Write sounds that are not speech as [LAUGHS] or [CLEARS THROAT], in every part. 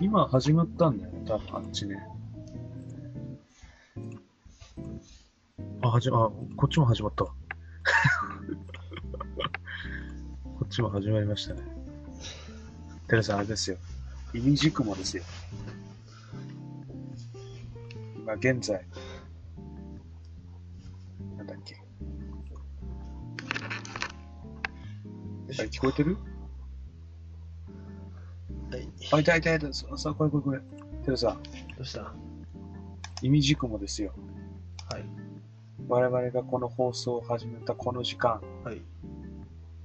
今始まったんだよね、多分あっちね。あ、はじ、あ、こっちも始まったわ。 [LAUGHS] こっちも始まりましたね。テレさん、あれですよ。イミジクモですよ。今現在、なんだっけ。あれ聞こえてるはい。あ、いたいたいた。そう、そうこれこれこれ。テレさん、どうしたはイミジクモですよ。い。我々がこの放送を始めたこの時間、はい。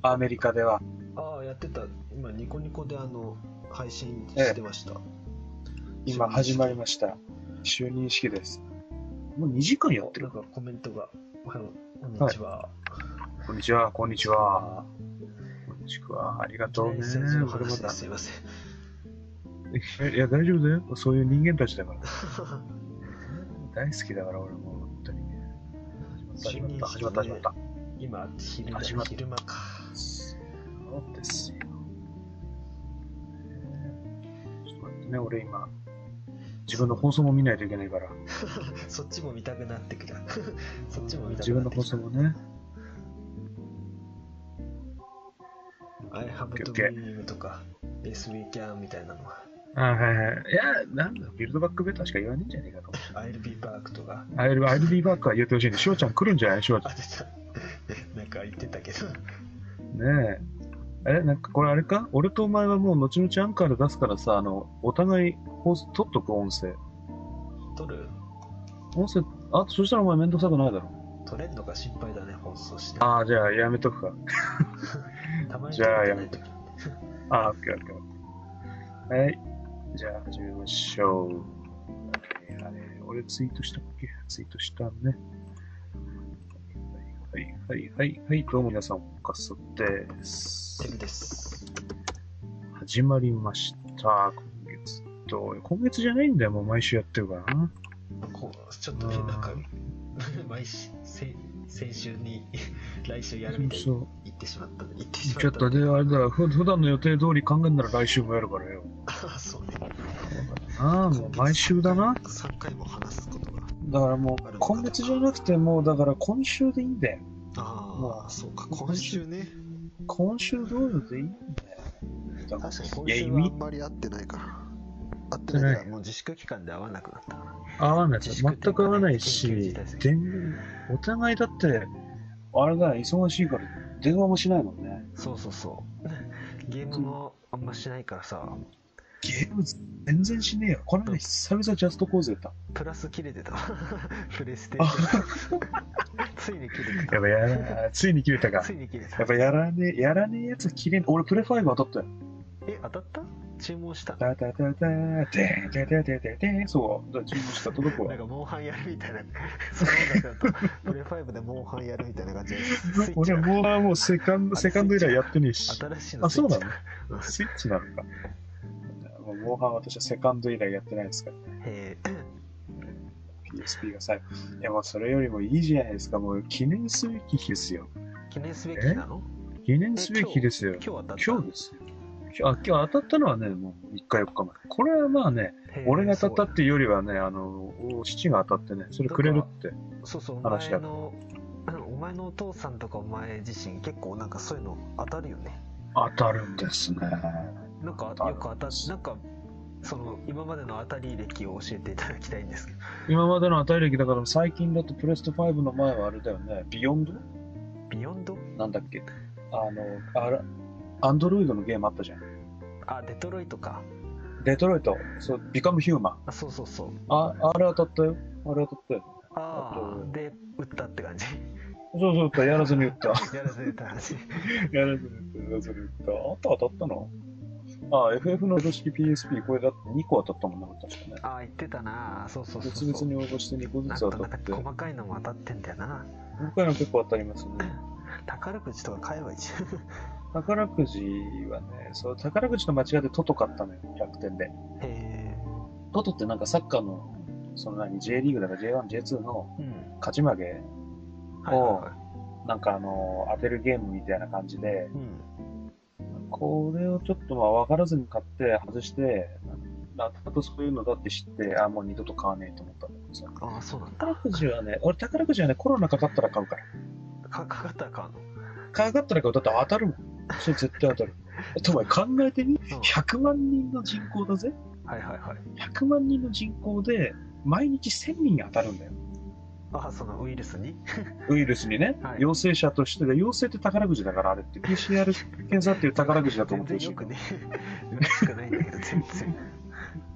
アメリカではああ、やってた。今、ニコニコであの、配信してました。今始まりました。就任式です。もう2時間やってなるんかコメントが、おはよう、こんにちは。こんにちは、こんにちは。こんにちは、ありがとうね。先生の話です。すいません。いや、大丈夫だよ。そういう人間たち [LAUGHS] だから。大好きだから、俺も本当にね。始まった、始まった、始まった。今、昼間、始まった昼間か。 [LAUGHS] そうですよ。ちょっと待ってね、俺今、自分の放送も見ないといけないから、そっちも見たくなってきた。そっちも見た自く分のなって放きた送。もね、 I have to dream とか、Yes we can みたいなのが、あはいはい。いや、なんだ、ビルドバックベターしか言わねえんじゃねえかと思って。 I'll be back とか、アイルアイルビーバックは言ってほしいんで、しおちゃん来るんじゃないしおちゃあ、出た。 [LAUGHS] なんか言ってたけど、ん。ねえ。え、なんかこれあれか俺とお前はもう後々アンカーで出すからさ、あの、お互い放送、取っとく音声。撮る音声、あ、そしたらお前面倒くさくないだろ。撮れんのか心配だね、放送して。ああ、じゃあやめとくか。たまにじゃあやめとき。ああ、オッケーオッケー。はい。じゃあ始めましょう。あれ、あれ俺ツイートしたっけツイートしたね。はい、はい、はい、はい。どうも皆さん、おかすですテ。ルです。始まりました。今月と、今月じゃないんだよ、もう毎週やってるからな。こうちょっとね、うんなんか、 [LAUGHS] 毎週、先先週に、 [LAUGHS] 来週やるみたいにそう。言ってしまったね。言ってしちょっまったとね。で、あれだ、ふ普段の予定通り考えんなら来週もやるからよ。ああ、 [LAUGHS] そうね。ああ、もう毎週だな。 3回も話すことが。だからもう、今月じゃなくて、もうだから今週でいいんだよ。あまああ、そうか、今週ね。今週どうでいいんだよ。だから確かに今いや週意はあ味んまり会ってないから。会っててないなかいらもう自粛期間で会わなくなったから。合わないで自す粛全っていうくかね合わない緊急し事態、宣電お互いだって、あれだ、忙しいから電話もしないもんね。そうそうそう。 [LAUGHS] ゲームもあんましないからさ、ゲーム全然しねえよ。これね、久々ジャストコーズやった。プラス切れてた。 [LAUGHS] プレステー [LAUGHS] ション。ついに切れてやっぱやら、 [LAUGHS] ついに切れたた。かつ。いに切れやたっ。ぱやらねえ、やらねえやつは切れん。俺、プレファイブ当たったよ。え、当たった注文した。タタタタでんでんでんでんでんでんそう、だから注文した [LAUGHS] とこなんは。かモンハンやるみたいな、 [LAUGHS] その音楽だと、プレファイブでモンハンやるみたいな感じで、スイッチ [LAUGHS] 俺もがう、もうセカンド、セカンド以来やってねえし。新しいのあ、そうなスイッチのスイッチなのか。もう、モンハンは私はセカンド以来やってないですから、ね、がへ PSP が最後。いや、もうそれよりもいいじゃないですか。もう、記念すべき日ですよ。え記念すべきなの記念すべき日ですよ今。日当たった今日ですよ。今日あ今日当たったのはね、もう3日4日前。これはまあね、へえ俺が当たったっていうよりはね、あの、父が当たってね、それくれるって。そうそう、お話だ前の、うんお前のお父さんとかお前自身、結構なんかそういうの当たるよね。当たるんですね。なんかよ当たるく当たっなんか、その今までの当たり歴を教えていただきたいんですけど、今までの当たり歴だから最近だとプレスト5の前はあれだよね、ビヨンドビヨンドなんだっけあの、あら、アンドロイドのゲームあったじゃん。あ、デトロイトか。デトロイト、そう、ビカムヒューマン。あ、そうそうそう。あ、あれ当たったよ。あれ当たったよ。ああとあ、で、打ったって感じ。そうそうそう、やらずに打った。やらせてた話。 [LAUGHS] やらずに打った、やらずに打った。あと当たったのあ、FF の公式 PSP、これだって2個当たったもんな、確かね。ああ、言ってたなあ。そうそうそう別そう。々に応募して2個ずなんつか当なたんっかて。細かいのも当たってんだよな。僕らも結構当たりますね。宝くじとか買えばいいじゃん。宝くじはね、そう、宝くじと間違ってトト買ったのよ、楽天で。 [LAUGHS] へトトってなんかサッカーの、その何、J リーグだから J1、J2 のえ。うん。勝ち負け、はいはいはなんかあの、当てるゲームみたいな感じで、い。うん。これをちょっとまあ分からずに買って、外して、ら、あとそういうのだって知って、あ、もう二度と買わねえと思ったんだけどさ。ああ、そうなんだ。宝くじはね、俺宝くじはね、コロナかかったら買うから。かかかったら買うのかかったら買う。だって当たるもん。それ絶対当たる。とお前考えてみうん100万人の人口だぜ。はいはいはい100万人の人口で、毎日1000人当たるんだよ。ああそのウイルスにウイルスにね、はい陽性者としてで、陽性って宝くじだから、あれって、PCR 検査っていう宝くじだと思って全ほ然しよい。くね [LAUGHS] 嬉しくないんだけど全然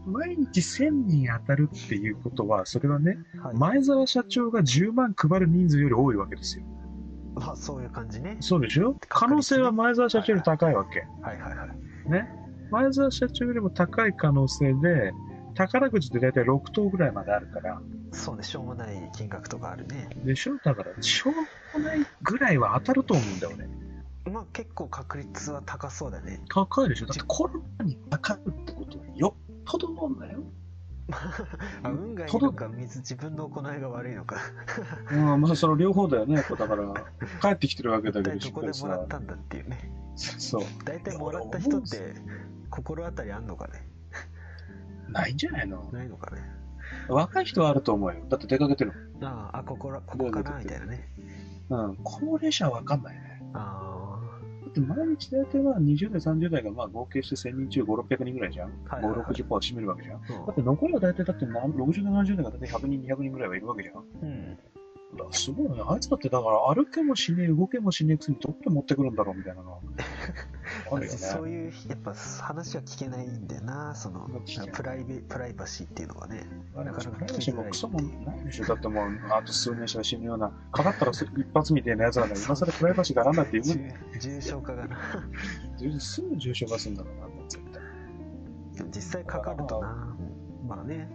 毎日1000人当たるっていうことは、それはね、はい前澤社長が10万配る人数より多いわけですよ。まあそういう感じねそうでしょ可能性は前澤社長より高いわけ。はいはいはいね。前澤社長よりも高い可能性で、宝くじって大体6等ぐらいまであるから、そうねしょうもない金額とかあるねでしょだから、しょうもないぐらいは当たると思うんだよね。まあ結構確率は高そうだね高いでしょだってコロナにかかるってことはよっぽどなんだよ。あ運がいいのか水自分の行いが悪いのかうん、まあその両方だよね。こうだから、帰ってきてるわけだ一け体ど、 [LAUGHS] どしっこかりでもらさっ。たんだっていうねそう。大体もらった人って心当たりあんのかねないんじゃないのないのかね若い人はあると思うよ。だって出かけてるあああここらここかなみたいなねもん。うん。高齢者はわかんないね。あだって毎日大体は20代、30代がまあ合計して1000人中5、600人ぐらいじゃん。はいはいは5、い60%は占めるわけじゃん。あだって残りは大体だってな60、70代が大体100人、200人ぐらいはいるわけじゃん。だかうんらすごいよね。あいつだってだから歩けもしねえ、動けもしねえくせにどっか持ってくるんだろうみたいなの [LAUGHS] はあるよね。そういうやっぱ話は聞けないんだよなその聞けないプライベプライバシーっていうのはねプラなかなかイバ聞シーきづもらいクソもないでしょ。だってもう、あと数年したら死ぬような、かかったらす一発みたいなやつらね、今更プライバシーがあらんなって言う重重症化がなのすぐ重症化するんだろうな、絶対。でも実際かかるとなまあね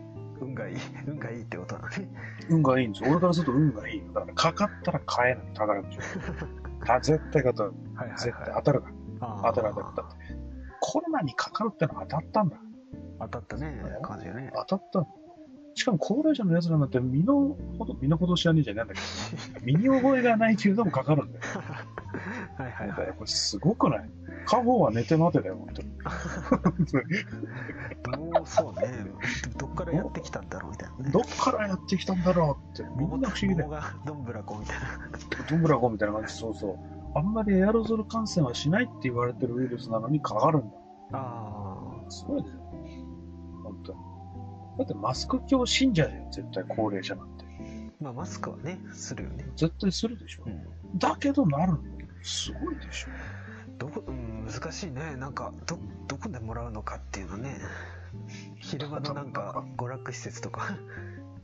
運がいい運がいいってことだね運がいいんですよ。俺からすると運がいいよ。だから、かかったら買えない、宝くじを。 [LAUGHS] あ絶対当たる。はいはい絶は対い当たるから。あ当たる当たる。だって、コロナにかかるってのは当たったんだ。当たったね感じよね当たったのしかも高齢者のやつらなんて身のほど、身の程知らねえじゃねえんだけど、身に覚えがないけれどもかかるんだよ。はいはいだはかいらこれすごくない家宝は寝て待てだよ、本当に。 [LAUGHS] どうそうねどっからやってきたんだろうみたいなねどっからやってきたんだろうって、みんな不思議だよ。桃がどんぶらこみたいなどんぶらこみたいな感じ、そうそう。あんまりエアロゾル感染はしないって言われてるウイルスなのにかかるんだ。あすごいね。本当に。だってマスク教信者だよ、絶対高齢者なんて。あまあマスクはねするよね絶対するでしょ。うんだけどなるんだよ。すごいでしょ。どこ、うん、難しいねなんかどどこでもらうのかっていうのね昼間のな [LAUGHS] んか娯楽施設とか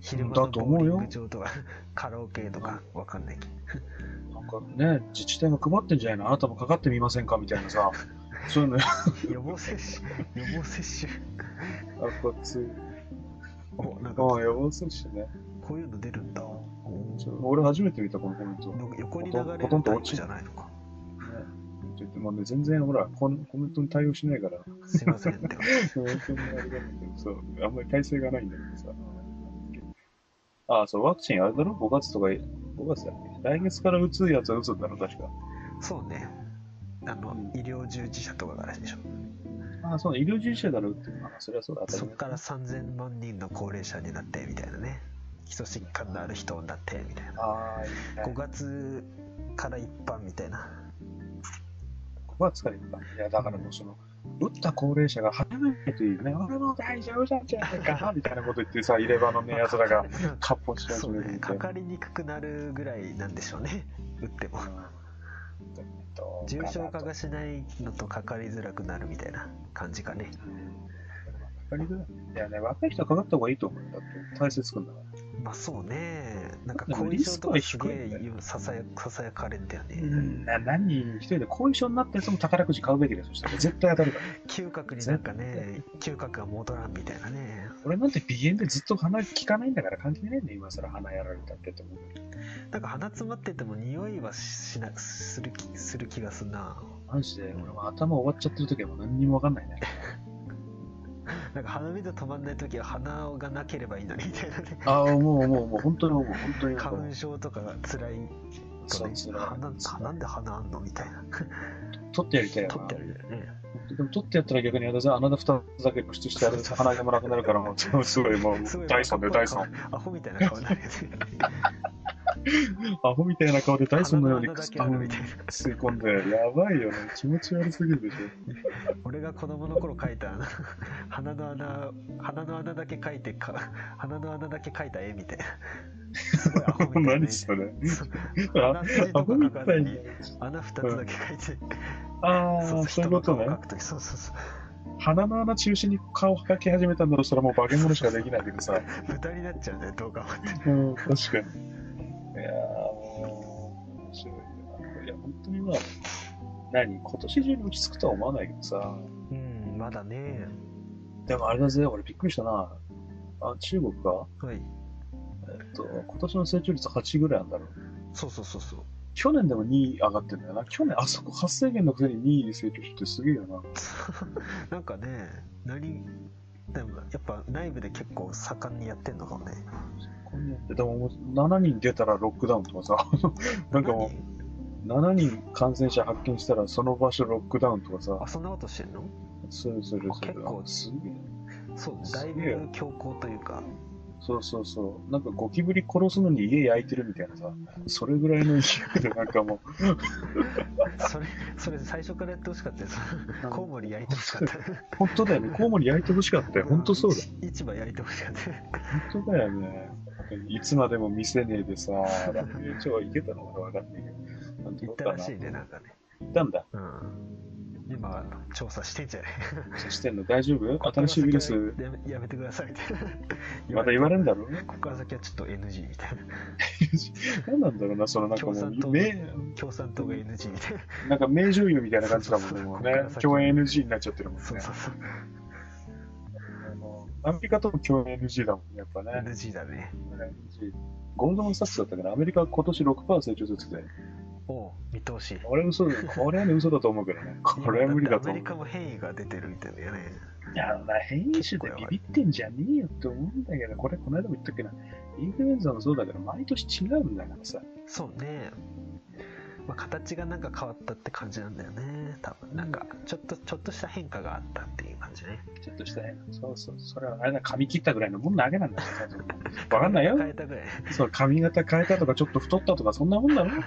昼間のだとボ思ーうリよング場とか [LAUGHS] カラオケとかわかんないけどなんかね、自治体が配ってんじゃないのあなたもかかってみませんかみたいな [LAUGHS] さ、そういうの、あ予防接 [LAUGHS] 種予防接こっち、種おなんかああ、予防接種ね。こういうの出るんだちょ俺初めて見た、このコメント。ねなんか横に流れほとるんどタイ落プちるじゃないのかちょっとまあね、全然ほらこの、コメントに対応しないから、すいませんってそう本当にあれだけど [LAUGHS] そうあんまり体制がないんだけどさ。ああ、そう、ワクチンあれだろ ?5 月とか、5月だっけ来月から打つやつは打つんだろ確か。そうねあの、うん医療従事者とかからでしょああ、そう、医療従事者だろ打ってるのかなそれはそうだ、当たそりっ前から3000万人の高齢者になってみたいなね基礎疾患のある人になってみたいなああ、いい5ね。月から一般みたいな5月からいった。いや、だからもうその、打った高齢者が早めないといいよね。俺も大丈夫じゃんじゃないか、みたいなこと言ってさ、入れ歯のね、やつらが、割烹し始 [LAUGHS] そうめるね [LAUGHS] みたかいな。かりにくくなるぐらいなんでしょうね打ってもうんどうか重なと症化がしないのとかかりづらくなるみたいな感じかねかかりづらい。いやね、若い人はかかった方がいいと思うよ。だって、体制つくんだから。まあそうねなんかでも後遺症とかリすスクげは低いんだよえささやささやかれんだよね、うん、な何人一人で後遺症になったやつも宝くじ買うべきですそしたら絶対当たるから。嗅覚になんかね嗅覚が戻らんみたいなね俺なんて鼻炎でずっと鼻効かないんだから関係ないんだよ、今更鼻やられたってって思う。なんか鼻詰まってても匂いはしなする気する気がすんなマジで、俺も頭終わっちゃってる時はもう何にもわかんないね。なんか鼻水止まんない時は鼻がなければいいのにみたいなねああ、もうもうもう、本当にもう、本当にもう。花粉症とかが辛いそとうね辛い鼻なんで鼻あんのみたいな取ってやりたいよ取ってあな。るよねでも取ってやったら逆に私はあなた二つだけ露出してあれそう鼻毛もなくなるからもうすごいもうすごいダイソンだよダイソンアホみたいな顔になるよねアホみたいな顔で [LAUGHS] ダイソンのように鼻の穴だ口けあるみたいな吸い込んでやばいよね気持ち悪すぎるでしょ俺が子供の頃描いたあの [LAUGHS] 鼻の穴鼻の穴だけ描いてか鼻の穴だけ描いた絵みたいなすごいアホみたいな絵何それ鼻筋アとかホ描みかたずいにに穴二つだけ描いて、あそうあそうそうい人うのこと顔ね描くときそうそうそう鼻の穴中心に顔を描き始めたんだとしたらもう化け物しかできないけどさ豚になっちゃうね動画はうん確かにいやーもう面白いないや本当にまあ何今年中に落ち着くとは思わないけどさうんまだねでもあれだぜ俺びっくりしたなあ中国がはいえっと今年の成長率8ぐらいなんだろうそうそうそうそう去年でも2位上がってんだよな去年あそこ発生源のくせに2位に成長しててすげえよななんかね何でもやっぱ内部で結構盛んにやってんのかもねこんなでももう7人出たらロックダウンとかさ [LAUGHS] なんかもう7人感染者発見したらその場所ロックダウンとかさ何あそんなことしてんのするするする結構すげえそうすだいげえぶ強硬というかそうそうそうなんかゴキブリ殺すのに家焼いてるみたいなさそれぐらいの勢いでなんかもうそれそれ最初からやってほしかったですうん [LAUGHS] コウモリ焼いてほしかった本当だよねコウモリ焼いてほしかったよ本当そうだよん市場焼いてほしかった本当だよねいつまでも見せねえで [LAUGHS] さ楽園長行けたのかわかんないけどなんて行こったとだらなしい行ねなんかねったんだうん今調査してんじゃねそしてんの大丈夫新しいウイルスこっから先はやめやめてくださいみたいなまた言われるんだろうここから先はちょっと NG みたいな [LAUGHS] 何なんだろうなそのなんかも共産党うの名共産党が NG みたいななんか名女優みたいな感じだもんねそうそうそうもうここかねら先共演 NG になっちゃってるもんねそうそうそうあのアメリカとの共演 NG だもんねやっぱね NG だね NG ゴールドマン・サックスだったからアメリカは今年6%成長するっておう見通しい俺嘘だこれはね嘘だと思うけどねこれは無理だとアメ思うリカも変異が出てるみたいだよねいや、まあ、変異種でビビってんじゃねえよって思うんだけど、これ、この間も言ったっけな、インフルエンザもそうだけど、毎年違うんだからさ、そうね、まあ、形がなんか変わったって感じなんだよね多分なんかちょっとちょっとした変化があったっていう感じねちょっとしたね、そうそう、それはあれだ、髪切ったぐらいのもんなわけなんだよ、わかんないよ、変えたぐらいそう、髪型変えたとか、ちょっと太ったとか、そんなもんだろ、変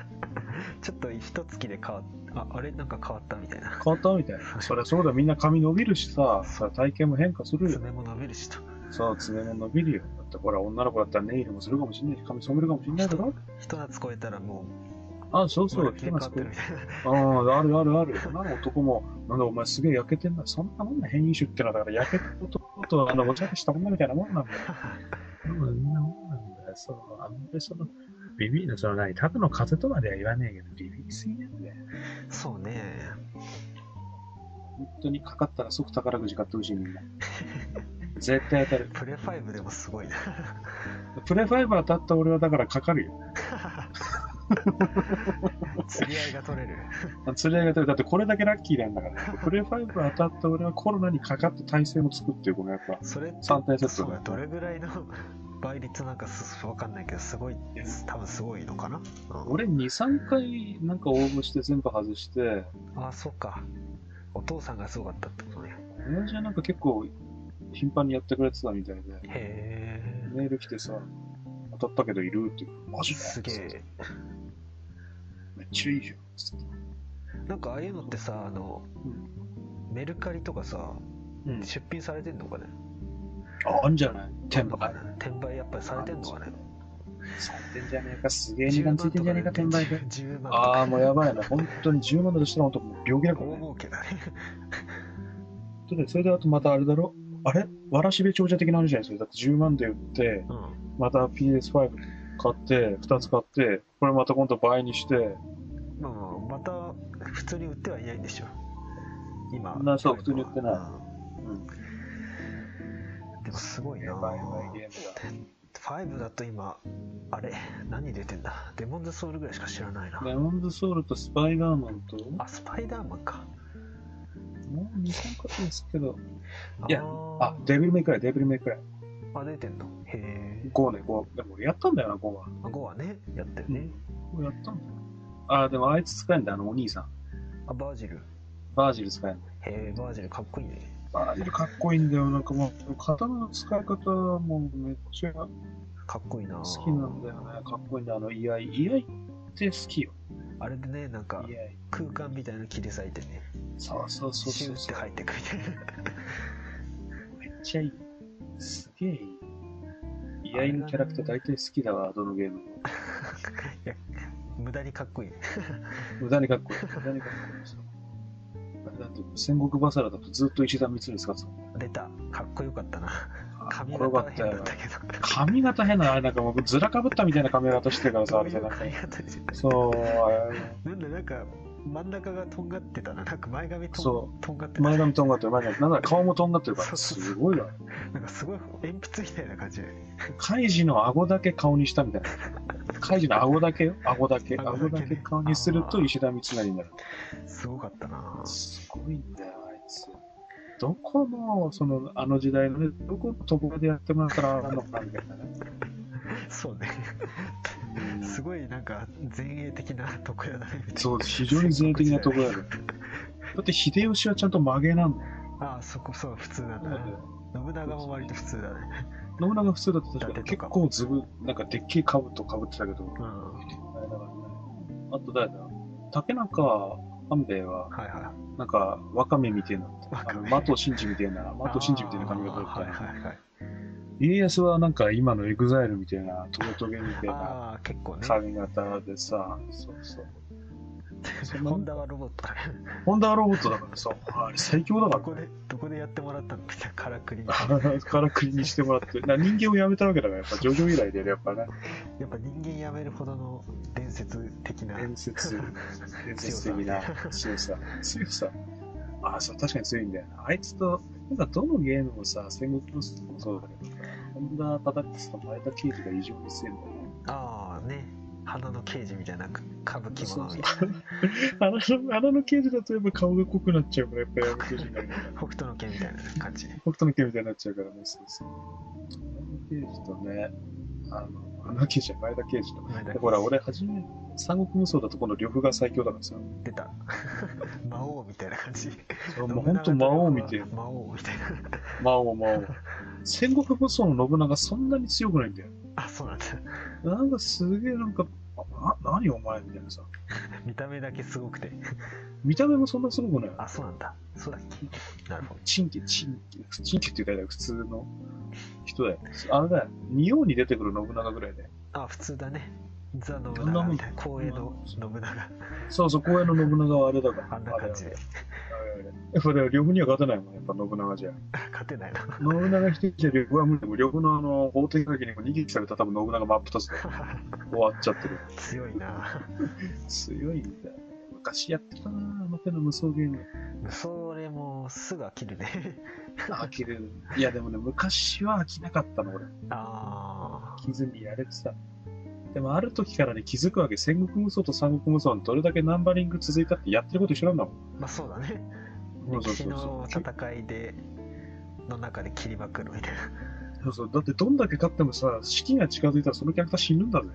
ちょっと一月で変わっああれなんか変わったみたいなわったみたいな、そりゃそうだ、みんな髪伸びるしさ、そりゃ体型も変化するよ、爪も伸びるしとそう、爪も伸びるよ、だってほら、女の子だったらネイルもするかもしれないし、髪染めるかもしれないだろ、一夏超えたらもあ、そううそう、切り替わってるみたいなああ、あるあるある。なんか男も、なんだお前すげえ焼けてんな。そんなもんな変異種ってのは、だから焼けた男と、あ [LAUGHS] の、おちゃれした女みたいなもんなんだよ。そんなもんなんだよ。そう、あんまりその、ビビるの、その何、ただの風邪とまでは言わねえけど、ビビりすぎなんだよ。そうね本当にかかったら即宝くじ買ってほしいみんな。絶対当たる。プレファイブでもすごいなプレファイブ当たった俺はだからかかるよ。釣り合いが取れる釣り上げたる。だってこれだけラッキーなんだから。プレファイブ当たった俺はコロナにかかって体制も作ってる、このやっぱ。それって三点セットそうだどれぐらいの [LAUGHS] 倍率なんかすわかんないけどすごい多分すごいのかな、うん俺23回なんか応募して全部外してああそうかお父さんがすごかったってことね親父はなんか結構頻繁にやってくれてたみたいでへメール来てさ当たったけどいるってマえジすげえめっちゃいいじゃんつってなんかああいうのってさあの、メルカリとかさうん出品されてんのかねああんじゃない転なんか売ね転売やっぱりされてんのかねされてんじゃねえかすげえ値段ついてんじゃねえか転売で10万とかああもうやばいな本当に10万だとしたら本当もう病気だから大ね儲けだねだってそれであとまたあれだろあれわらしべ長者的な話じゃないそれだって10万で売ってうんまた PS5 買って2つ買ってこれまた今度倍にしてまあまあまた普通に売ってはいないんでしょ今なそう普通に売ってないうんうんでもすごいなバイバイゲームだ。 5だと今あれ何出てんだデモンズソウルぐらいしか知らないなレモンズソウルとスパイダーマンと、あスパイダーマンかもう2、3個ですけど、いやああ、デビルメイクライ、デビルメイクライ。ーあ出てんのへえ5ね、5。でも俺やったんだよな、5は。 5はねやってるね、 5やったんだよ。あ、でもあいつ使えんだよ、あのお兄さん。あバージルバージル使えんだよ。へえバージルかっこいいねバージルかっこいいんだよ。なんかもう、刀の使い方もめっちゃ好かっこいいなきなんだよね。かっこいいんだよ。あの、居合。居合って好きよ。あれでねなんか居合。空間みたいなの切り裂いてねそうそうそうシそュうーっそてう。入ってくみたいなめっちゃいい。すげえいい。居合のキャラクター大体好きだわ、どのゲームも。いや無駄にかっこいい無駄にかっこいい。無駄にかっこいいですよ。だって戦国バサラだとずっと石田三成使ってたもん。出たかっこよかったなかっ髪こよか型ったは変だよっ。たけど髪型変な、あれなんか僕、ずらかぶったみたいな髪型してるからさ、あそうれいじゃうなく髪て。型じゃそう、あれなんだなんか真ん中がとんがってたななんか前髪とんそとんがってた前髪とんがってる、前髪。なんなら顔もとんがってるかそら、うそうすごいわ。なんかすごい鉛筆みたいな感じでカイジの顎だけ顔にしたみたいな。カイジの顎だけよ、顎だけ。顎だけ顎ねだけ顔にすると石田三成になる。すごかったなすごいんだよ、あいつ。どこの、その、あの時代のね、どこのところでやってもらったらああんのかなみたいなね。そうねうんすごいなんか前衛的なとこやなみたいそう、非常に前衛的なところやる。だって秀吉はちゃんと曲げなんだよ。なあそこそう普通なんだね信長も割と普通だね信長普通だと確か伊に達と結か構ずぶ、なんかでっけえ兜とかぶってたけど、うんはいあれだからね。あと誰だ竹中半兵衛は、はなんか、わかめみてえなわ、あかの、め的真治みてえな、い的真治みてえな髪型だったはいな。はいはい家康はなんか今のエグザイルみたいな、トゲトゲみたいなああ結構ね髪型でさ、そうそう。そんなホンダはロボットだねホンダロボットだからさ、あれ最強だどかこでどこでやってもらったのみたいなからくりやらね。 [LAUGHS] からくりにしてもらって、な人間をやめたわけだから、やっぱジョジョ以来で、やっぱね、っぱ人間やめるほどの伝説的な伝 [LAUGHS] 説、伝説的な強さ。強さ。ああ、そう、確かに強いんだよな。あいつと、なんかどのゲームもさ、戦国のスもそうだけどさ、ホンダ・タダックスと前田刑事が異常に強いんだよね。ああね花の刑事みたいな歌 [LAUGHS] 舞伎ものみたいな穴の穴の刑事だとやっぱ顔が濃くなっちゃうから、やっぱやめてほしいんだけど。北斗の拳みたいな感じ北斗の拳みたいになっちゃうからね、そうそう。穴の刑事とね、あの、穴の刑事じゃ前田刑事と。前だでほら、俺、初め、三国無双だと今度、呂布が最強だからさ。出た [LAUGHS] 魔王みたいな感じそうもう本当魔王みたいな。魔王みたいな魔王、魔王。戦国武装の信長そんなに強くないんだよ。あそうなんだなんかすげえなんか、あな、何お前みたいなさ。見た目だけすごくて見た目もそんなすごくない。あそうなんだそうだっけなるほどチンキ、チンキ、チンキって言ったら普通の人だよ。あれだよ。仁王に出てくる信長ぐらいで。あ普通だねザ・信そんな長もんみたいな光栄の信長そうそう、公園の信長はあれだから。あんな感じであれあれ。やっぱね、両方には勝てないもん、やっぱ信長じゃ。 [LAUGHS] 勝てないな信長一人じゃ両方は無理でも、両方のあの、法廷会議にも逃げてされたら多分信長真っ二つで終わっちゃってる。強いな強いんだよね。昔やってたな、あの手の無双ゲーム。それもすぐ飽き [LAUGHS] るね飽きる。いや、でもね、昔は飽きなかったの、俺。あ気づみやれてた。でも、ある時からね、気づくわけ。戦国無双と三国無双のどれだけナンバリング続いたってやってること一緒なんだもん。ーまあそうだねそうそ歴う史そうの戦いでの中で切りまくるみたいなそうそう。だって、どんだけ勝ってもさ、士気が近づいたらそのキャラクター死ぬんだぜ。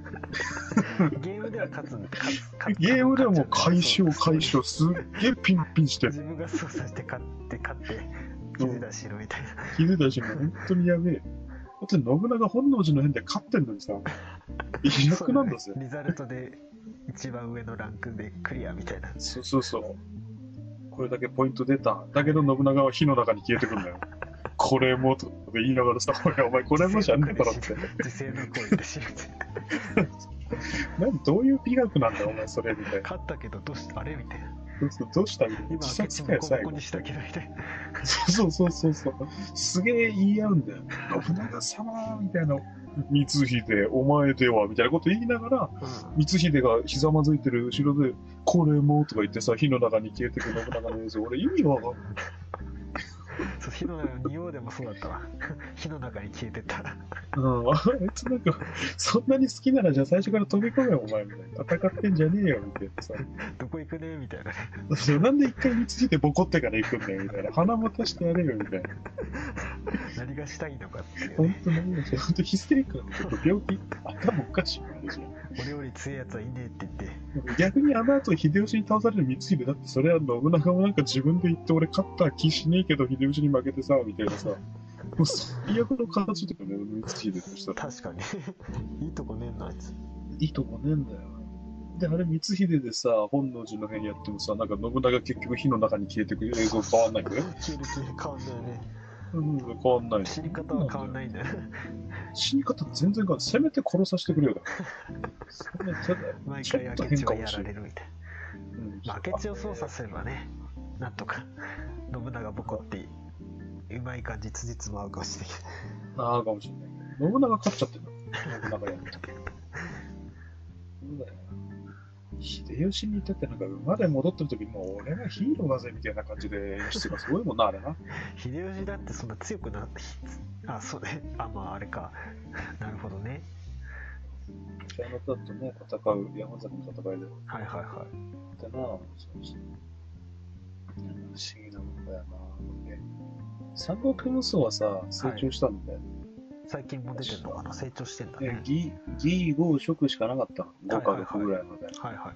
[LAUGHS] ゲームでは勝つん勝つ勝つゲームではもう勝っ解ち消ゃんだ解そ消、うすっげえピンピン [LAUGHS] してる。自分が操作して勝って勝って気づいたら死ぬみたいな気づいたし、もう本当にやべえ。だって、信長本能寺の変で勝ってんのにさ、いなくなんだぜそう。ねリザルトで一番上のランクでクリアみたいなそうそうそう。これだけポイント出た。だけど信長は火の中に消えてくんだよ。これもとか言いながらさ、おいお前これもじゃねえだろって。自制の行為で死ぬって何どういう美学なんだお前それみたいな。勝ったけどどうしたあれみたいなそうどうしたみたいな。今自明智殺かもよ、ここ最後に。したけどみたい [LAUGHS] なそうそうそうそう。すげえ言い合うんだよ。信長様みたいな。光秀、お前ではみたいなこと言いながら、うん光秀がひざまずいてる後ろで、これもとか言ってさ、火の中に消えてく信長の映像、俺意味わかんない。そう火の中の仁王でもそうだっ [LAUGHS] たわ火の中に消えてったうん、あいつなんか、そんなに好きならじゃあ最初から飛び込めよ、お前みたいな。戦ってんじゃねえよ、みたいなさ。どこ行くねみたいな [LAUGHS] ねそうなんで一回見ついてボコってから行くんだよ、みたいな。鼻もたしてやれよ、みたいな。何何がしたいのかっていう本ね当なんだ本当ヒステリックなのちょっと病気頭おかしいなるじゃん俺より強いやつはいねえって言って逆にあの後秀吉に倒される光秀だってそれは信長もなんか自分で言って俺勝った気しねえけど秀吉に負けてさみたいなさもう最悪の形だよね光秀としたら [LAUGHS] 確かにいいとこねえなあいついいとこねえんだよであれ光秀でさ本能寺の辺やってもさなんか信長結局火の中に消えてく映像変わんないんだよ消える消える変わんないよねうん変わんない死に方は変わんないんだよ死に方全然変わんないせめて殺させてくれよだからせめ [LAUGHS] てだよ毎回明智はやられるみたいうんな明智を操作すればねなんとか信長ボコってうまい感じつじつま合うかもしれないああ、かもしれない。信長勝っちゃってるな。信長やめた。そうだよな。秀吉に至ってなんか馬で戻ってる時もう俺がヒーローだぜみたいな感じで演出がすごいもんな、あれな。秀吉だってそんな強くなあそうねあまああれかなるほどね北山だとね、戦う、山崎の戦いではいはいはいってな、そうそう。なんか不思議なもんだよな。で三国無双はさ、成長したんだよ。最近も出てんのかな成長してんだでね、義、義、五、色しかなかったの。5かはいはいはい6ぐらいまで。はいはい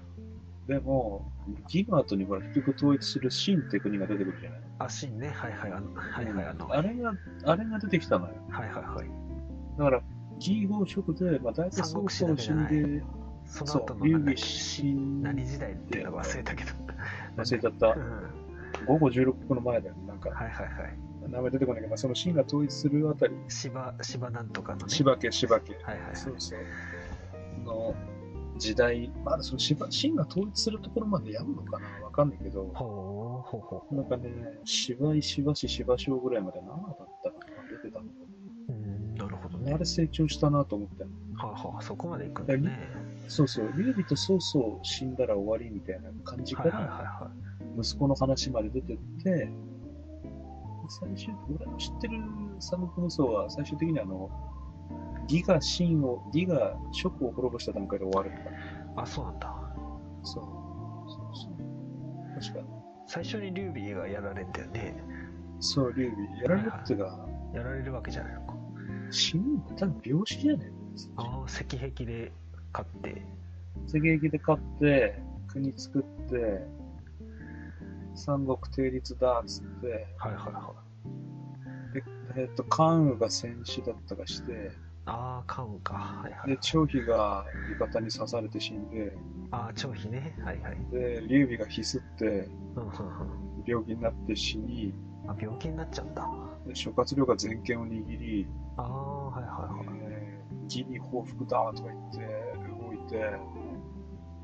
でも、義の後にほら、結局統一する秦って国が出てくるじゃないあシンねはいはいあのはいはいあのあれが、あれが出てきたのよ。はいはいはいだから、義語色で、まあ、大体三国曹操志だけ死じゃなんいで、そのそ後う、の劉なんだ備っけ死ん何時代っていうのが忘れたけど [LAUGHS] 忘れちゃったう、ん午後16刻の前だよ。なんか、はいはいはい名前出てこないけど、まあ、その秦が統一するあたり、芝芝なんとかのね柴家、柴家、はいはいはいそうそう、の時代、まあ、その柴秦が統一するところまでやるのかなわかんないけど、ほうほうほうなんかね、芝居、芝市、芝生ぐらいまで7だったかな、出てたの。うーんなるほどねあれ成長したなと思って。はあはあそこまで行くんだねそうそう、劉備と曹操死んだら終わりみたいな感じかはいはいはいら、は息子の話まで出てって、最終、俺の知ってる三国無双は、最終的にあの、義が秦を、義が諸を滅ぼした段階で終わるんだ。いあそうなんだそう。そうそう。確か、最初に劉備がやられんだよねそう、劉備、やられるってが、やられるわけじゃないのか秦って多分病死じゃねえああ石壁で勝って突撃で勝って、国作って、三国定立だっつって、はいはいはいでえっと、関羽が戦死だったかして、ああ関羽かはいはいはでい、張飛が味方に刺されて死んで、ああ張飛ねはいはいで、劉備がひすって、うんうんうん病気になって死に、あ病気になっちゃったあで諸葛亮が全権を握り、あはいえはいはいー義に報復だとか言って、動いて、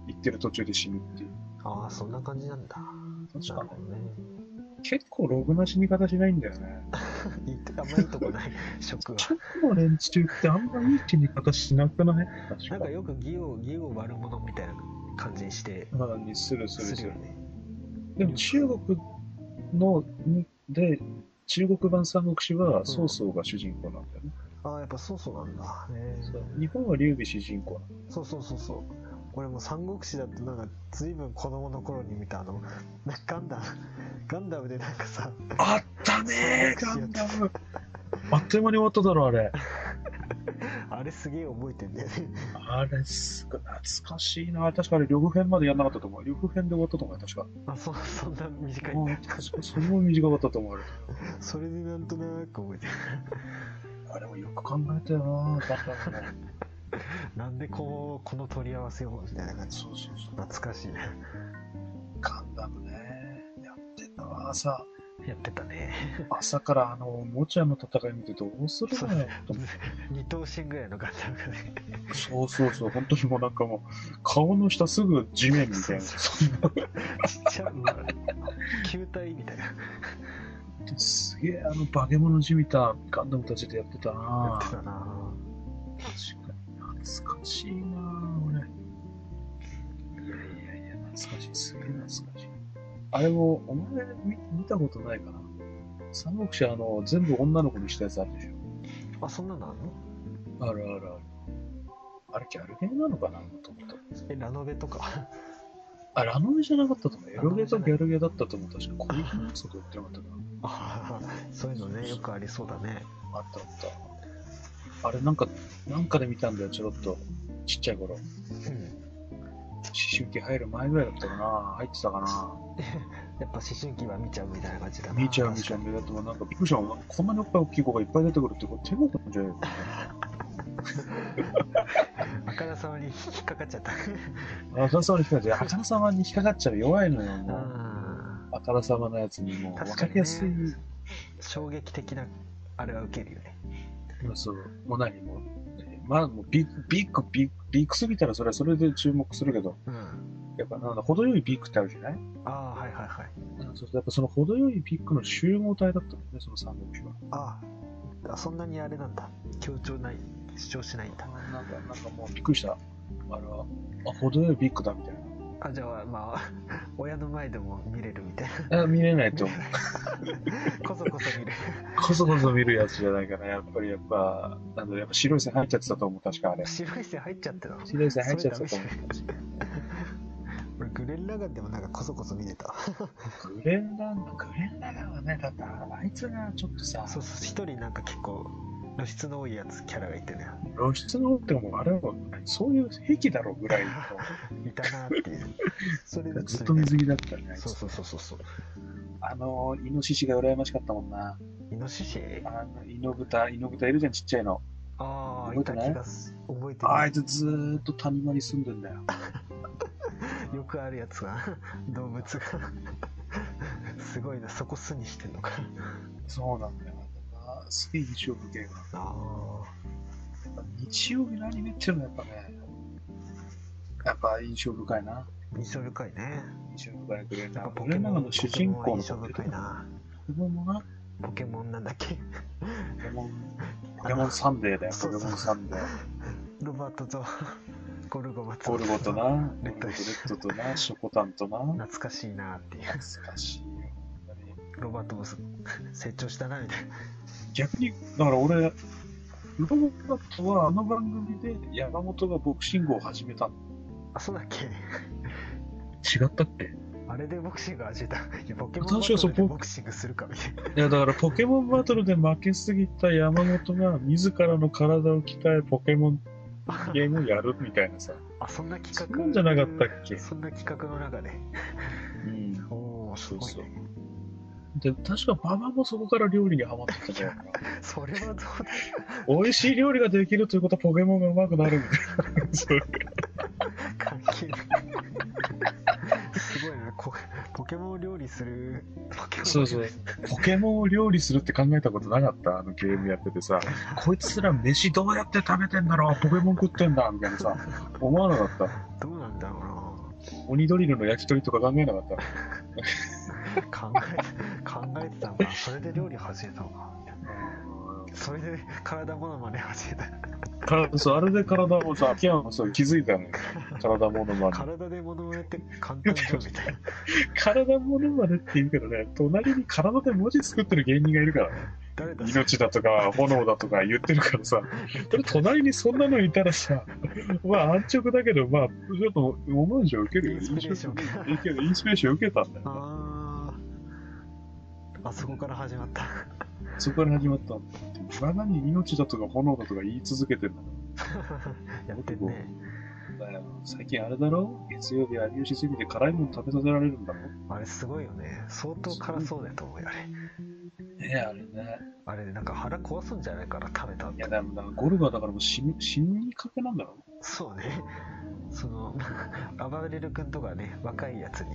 行ってる途中で死ぬっていう。ああそんな感じなんだなる確かほどね結構ログな死に方しないんだよね。いいとあんまいいとこない食がチャックの連中ってあんまいい死に方しなくない確なんかよく義を義を悪者みたいな感じにしてまあ、にするするすするよる。ねでも中国のにで中国版三国志は曹操が主人公なんだよね、ああやっぱそうそうなんだね日本は劉備主人公なんだそうそうそうそう俺も三国志だってなんか随分子供の頃に見たあのなガンダムガンダムでなんかさあったねーガンダムあっという間に終わっただろあれあれすげえ覚えてんだよねあれすごい懐かしいな確かあれ両編までやんなかったと思う両編で終わったと思うよ確かあそ [LAUGHS] そんな短いあ確かそれも短かったと思うあれそれでなんとなく覚えてるあれもよく考えたよなだからねなんでこうこの取り合わせをみたいな感じそうそうそう懐かしいねガンダムねやってたわ朝やってたね [LAUGHS] 朝からあのおもちゃの戦い見てどうするのよと思って二等身ぐらいのガンダムがね [LAUGHS] そうそうそう、本当にもうなんかもう、顔の下すぐ地面みたいな、そんなちっちゃい、まあ、球体みたいなすげえあの化け物じみたガンダムたちでやってたやなってたな確かに、懐かしいな俺。いやいやいや、懐かしい、すげえ懐かしい。あれも、お前見見たことないかな三国志あの、全部女の子にしたやつあるでしあそんなのあんのょ。あるあるある。あれ、ギャルゲーなのかなと思った。えラノベとかあ、ラノベじゃなかったと思う。エロゲとギャルゲだったと思う。確か、コーヒーのと言ってなかったかあーそういうのねよくありそうだねな。あったあった。あれ、なんか、なんかで見たんだよ、ちょろっと。ちっちゃい頃。思うん春期入る前ぐらいだったかな。入ってたかな。やっぱ思春期は見ちゃうみたいな感じだな見ちゃう見ちゃう確目立ってもなんかびっくりしたもんこんなにおっぱい大きい子がいっぱい出てくるってこれ手が飛んじゃうよかにあからさまに引っかかっちゃったあからさまに引っかかっちゃうあからさまに引っかかっちゃう弱いのよもうあ [LAUGHS] あからさまのやつにもう確か分かにねりやすい、ー衝撃的なあれは受けるよねそうもう何もねまあもうビッグビッグビッグビッグすぎたらそれはそれで注目するけどうんやっぱなんだ程よいビッグってあるじゃないああはいはいはいうんそうするとやっぱその程よいビッグの集合体だったもんねその三国志はああそんなにあれなんだ強調ない主張しないんだなんかなんかもうびっくりしたあれはあ程よいビッグだみたいあじゃあまあ [LAUGHS] 親の前でも見れるみたいなあ見れないと思うな [LAUGHS] こそこそ見れるこそこそ見るやつじゃないから、やっぱりやっぱ、なんだろうやっぱ白い線入っちゃってたと思う、確かあれ。白い線入っちゃってたの白い線入っちゃってたと思俺グレンラガンでもなんかこそこそ見れたう。グレンラン、グレンランはね、だってあいつがちょっとさ、そうそう一人なんか結構露出の多いやつキャラがいてね露出のってもうあれはそういう癖だろうぐ [LAUGHS] らいの。いたなーっていう [LAUGHS] それでずっと水着だったね。あいつそうそうそうそうそうあの、イノシシが羨ましかったもんな。イノシシあの、イノブタ、イノブタいるじゃん、ちっちゃいの。ああ覚いえてたない気がす覚えてあないつずーっと谷間に住んでんだよ。いよくあるやつが [LAUGHS] 動物がすごいなそこ巣にしてんのかそうなんだよ。あすげえ印象深いわ。あ日曜日のアニメっていうのはやっぱね、やっぱ印象深いな。あ印象深いね印象深いグレンやラン。っぱポグケレンモランンの主人公のポケモンは印象深いなポケモンがポケモンなんだっけ [LAUGHS] ポケモン、ポケモンサンデーだよ、そポケうそうモンサンデー。ロバートと [LAUGHS] ゴルゴ松ゴルゴとな、ゴレルッゴとドでレすッドとな、ショコタンとな。懐懐かしいなっていうかしいよ。本当にロバートもす [LAUGHS] 成長したなみたいな逆に、だから俺、ロボットはあの番組で山本がボクシングを始めたの。あそうだっけ違ったっけあれでボクシング始めた [LAUGHS] いやポケモンバ私はトそルこでボクシングするかみたいないやだからポケモンバトルで負けすぎた山本が自らの体を鍛えポケモンゲームをやるみたいなさ、 [LAUGHS] あそんな企画そんなんじゃなかったっけそんな企画の中でうん、でおおすごいそうね確か馬場もそこから料理にハマってたからそれはどうだ美味しい料理ができるということはポケモンがうまくなるみたいな [LAUGHS] そう関係ない [LAUGHS] すごいなこポケモンを料理するポケモンをそうそう料理するポケモンを料理するって考えたことなかったあのゲームやっててさこいつら飯どうやって食べてんだろうポケモン食ってんだみたいなさ思わなかったどうなんだろうな鬼ドリルの焼き鳥とか考えなかった [LAUGHS] 考えて考えてたのかそれで料理始めたのかそれで体ものまね始めた体そうあれで体をさ、秋山もそう気づいたのよ。体ものまね。体でものまねって簡単じゃんみたいな [LAUGHS] 体ものまねって言うけどね、隣に体で文字作ってる芸人がいるからね。誰だそれ命だとか、炎だとか言ってるからさ、それ隣にそんなのいたらさ、まあ安直だけど、まあ、ちょっと思う以上受けるよ。インスピレーション印象受けるインスピレーション受けたんだよ。あーあそこから始まったそこから始まったんだよ。我がに命だとか炎だとか言い続けてるの。やってんねだよ最近あれだろ月曜日有吉すぎて辛いもの食べさせられるんだろあれすごいよね相当辛そうだと思うよあれねえ、あれね。あれなんか腹壊すんじゃないから食べた後いや、でもだからゴルゴはだからもう死ぬ死にかけなんだろそうねその [LAUGHS] あばれる君とかね若いやつに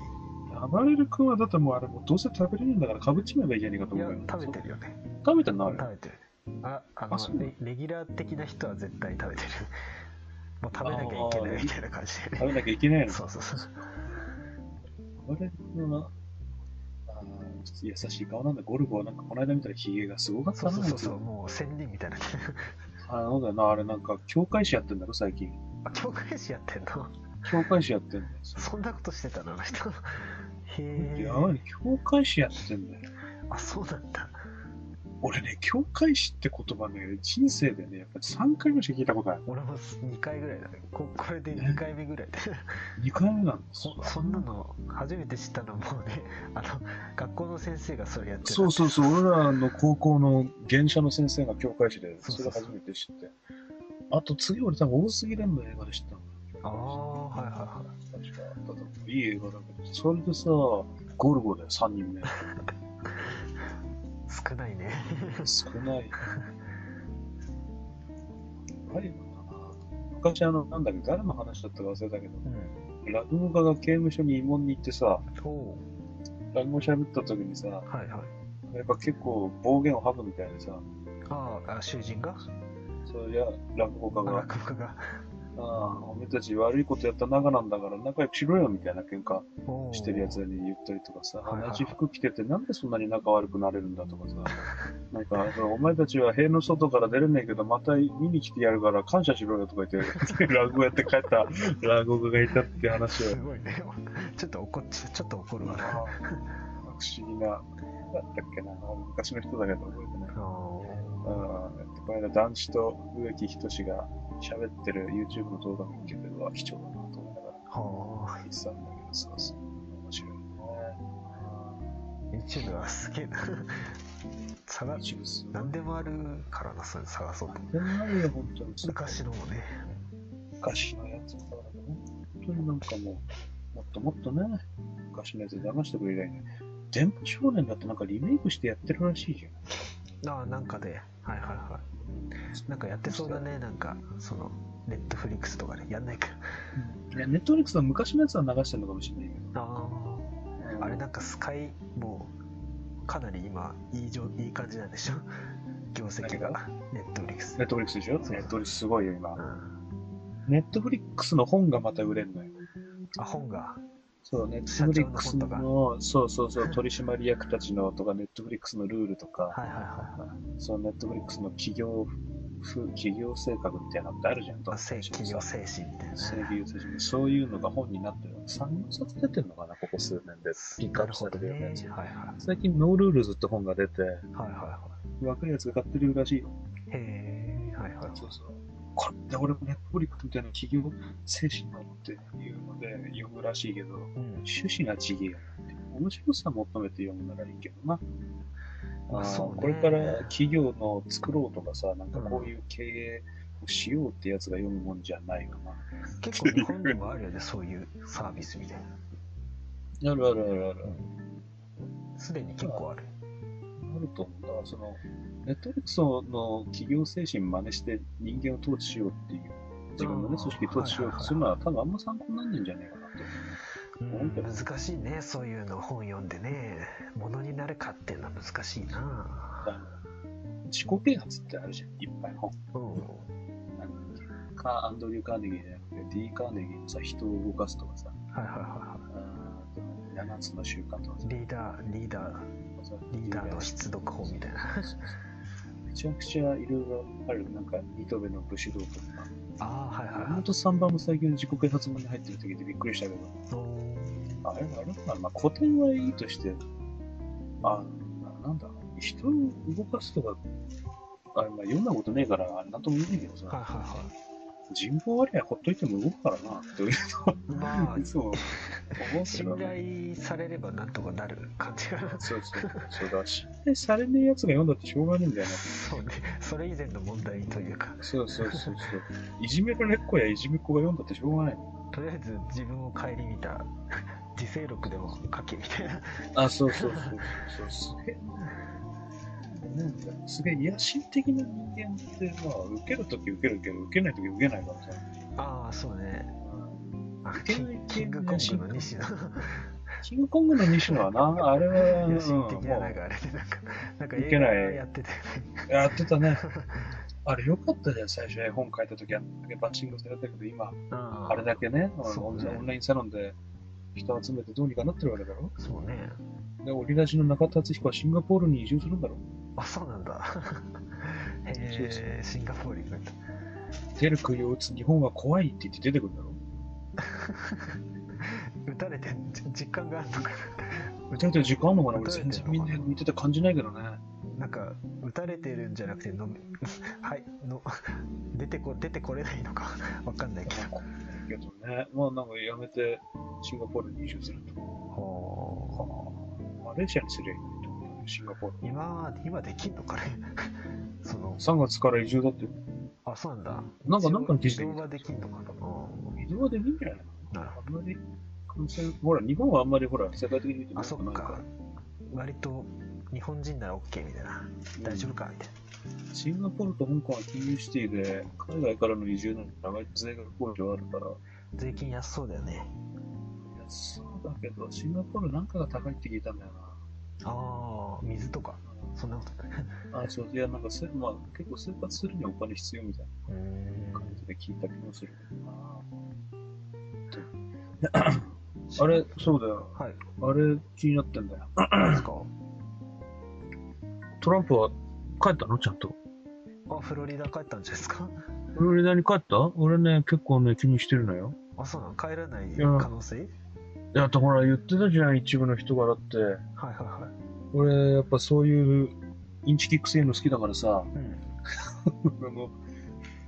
暴れる君はだってもうあれもうどうせ食べれねえんだからかぶっちまえばいいじゃねえかとい思やうよ。食べてるよねそう食べてんのあれ。食べてるああのあそうレレギュラー的な人は絶対食べてる [LAUGHS] もう食べなきゃいけないみたいな感じでね食べなきゃいけないの。そうそうそう暴れる君は、あの優しい顔なんだ。ゴルゴはなんかこの間見たらヒゲがすごかっそたうな。そうそうそうあいもう仙人みたいな [LAUGHS] つあのだよな、あれなんか教会誌やってんだろ、最近。あ教会誌やってんの教会誌やってんだよ。そんなことしてたのあの人へやえばいね、教会誌やってんだよ。あそうなんだ俺ね、教会誌って言葉ね、人生でね、やっぱり3回ぐらいしか聞いたことない。俺も2回ぐらいだねここれで2回目ぐらいで2回目なんですよそそんなの初めて知ったのもねあの学校の先生がそれやってたそうそうそう、俺らの高校の原社の先生が教会誌で、そうそそうれそう初めて知って。あと次俺多分大杉連の映画で知ったの。ああはいはいはい確かだっていい映画だけど、それでさ、ゴルゴで3人目。少ないね少ない。あれ昔あの、なんだっけ、誰の話だったか忘れたけど、うん落語家が刑務所に慰問に行ってさ、おお落語喋った時にさ、やはいはいっぱ結構暴言を吐くみたいでさ、あああ囚人がそういや、落語家あが、落語家がああ、おめたち悪いことやった仲なんだから仲良くしろよみたいな喧嘩おーしてるやつに言ったりとかさ、はいはい同じ服着ててなんでそんなに仲悪くなれるんだとかさ、なんか、そのお前たちは塀の外から出れねえけど、また見に来てやるから感謝しろよとか言って、落語やって帰った落語家がいたって話をす。ごいね [LAUGHS] ちょっと怒っちゃちょっと怒るわなあー不思議な、だったっけな、昔の人だけど覚えてない。あーうん、えっとこの間、団地と植木仁が喋ってる YouTube の動画見つけて、うわ、貴重だなと思いながはあら見てたんだけどさ、そう面白いね。 YouTube はすげえな [LAUGHS] さら一部すごい。何でもあるからなそれ探そうとでもないよ、本当に。昔のもね昔のやつだから、本当になんかもう、もっともっとね、昔のやつ流してくれりゃいいのに電波少年だってなんかリメイクしてやってるらしいじゃん。ああなんかではいはいはいなんかやってそうだねなんかそのネットフリックスとかでやんないかいや、ネットフリックスは昔のやつは流してるのかもしれないあけあど。あれなんかスカイもうかなり今いいじょいい感じなんでしょ業績がネットフリックスネットフリックスでしょネそうットフリックスすごいよ、今う。んネットフリックスの本がまた売れるのよ。あ本がそう、ネッ社ト長のフリックス本とかの、 [LAUGHS] そうそうそう、取締役たちのとか、ネットフリックスのルールとか、はいはいはいはいそのネットフリックスの企業風、企業性格みたいなのってあるじゃん、あ正企業精神みたいな正義精神そういうのが本になってる。3冊出てるのかな、ここ数年で。ピックアッなるプさほれどてるやねつ。はいはいは最近、ノールールズって本が出て、いは若いやつが買ってるらしいよ。いはいへえはいはいはいそうそう。これで俺もネットフリックスみたいな企業精神なのっていうので読むらしいけど、うん趣旨が違えよなって面白さ求めて読むならいいけどな。まああーそうねこれから企業の作ろうとかさ、なんかこういう経営をしようってやつが読むもんじゃないかな。結構日本にもある [LAUGHS] よねそういうサービスみたいなあるあるあるある。すでに結構あるあると思う。だからその、ネットフリックスの企業精神真似して人間を統治しようっていう、自分のね、組織統治しようとするのは多分あんま参考になんないんじゃないかなと思う。うん難しいねそういうの本読んでねものになるかっていうのは難しいなあの自己啓発ってあるじゃん、いっぱい本。うなんんだっけカーアンドリュー・カーネギーじゃなくて、D ・カーネギーのさ、人を動かすとかさ、はいはいはあーでも7つの習慣とかさいはい、リーダーリーダーリーダーの必読法みたいなめちゃくちゃいろいろある、なんか、ニトベの武士道とか、ああはいはいは本当3番も最近の自己啓発本に入ってる時でびっくりしたけど、いうんあれあれかな、まあ、古典はいいとして、あななんだ、人を動かすとか、あれまあ読んだことねえから、なんとも言えないけどはいさ、は人望ありゃほっといても動くからな、といういはいま [LAUGHS] いつも思あ [LAUGHS] うけ信どね。頼されればなんとかなる感じがそうそう。そうだ、信頼されねえやつが読んだってしょうがねえんだよね。そうねそれ以前の問題というかそうそうそうそう。いじめられっ子やいじめっ子が読んだってしょうがない。とりあえず自分を顧みた [LAUGHS] 自制録でも書けみたいなあ、そうそうそうそう。すげえな。なんだすげえ野心的な人間って、まあ、受けるとき受けるけど、受けないとき受けないからさ。ああそうねうんあいけキないンキングコングの西野キングコングの西野はな、あれは、うん野心的なもなんかあれでなんかなんかいけない映画やっててうやってたね。あれよかったじゃん、最初絵本書いたときは、バッシングされたけど、今、ああれだけね、そオうンねラインサロンで人集めてどうにかなってるわけだろ。そうねで、折り出しの中田敦彦はシンガポールに移住するんだろ。あそう [LAUGHS] なんだへそうそえシンガポール行くんだ出る杭を打つ日本は怖いって言って出てくるんだろ。撃たれてじ実感があるのか歌うてる時間あるのかな俺歌えてんの全か然なみんな見てて感じないけどね。ななんか撃たれてるんじゃなくてのはいの [LAUGHS] 出てこ出てこれないのかわかんないけどけどね、まあなんかやめてシンガポールに移住するとか、ほマレーシアにすりゃいいのにと思うシンガポール。う今は今できんのかね [LAUGHS] その3月から移住だって、あそうなんだなんかなんかの記移事で動見たはできんのかな移動はできんじゃないなるほどあんまり感染、ほら、日本はあんまりほら、世界的に見てもあそっか割と日本人なら OK みたいな大丈夫かみたいシンガポールと香港は金融シティで、海外からの移住なんて長い税額控除あるから、な税金安そうだよねいやそうだけど、シンガポールなんかが高いって聞いたんだよああ水とかそんなこと [LAUGHS] ないな。あ、そう、いや、なんかせ、まあ、結構生活するにはお金必要みたいうーなん感じで聞いた気もするけどな。あれ、そうだよ。はいあれ、気になってんだよ。何ですかトランプは帰ったのちゃんと。あフロリダ帰ったんじゃないですかフロリダに帰った俺ね、結構ね、気にしてるのよ。あそうなの帰らないうん可能性、だってほら、言ってたじゃん、一部の人からって。はいはいはい俺、やっぱそういう、インチキック性の好きだからさ、うんあの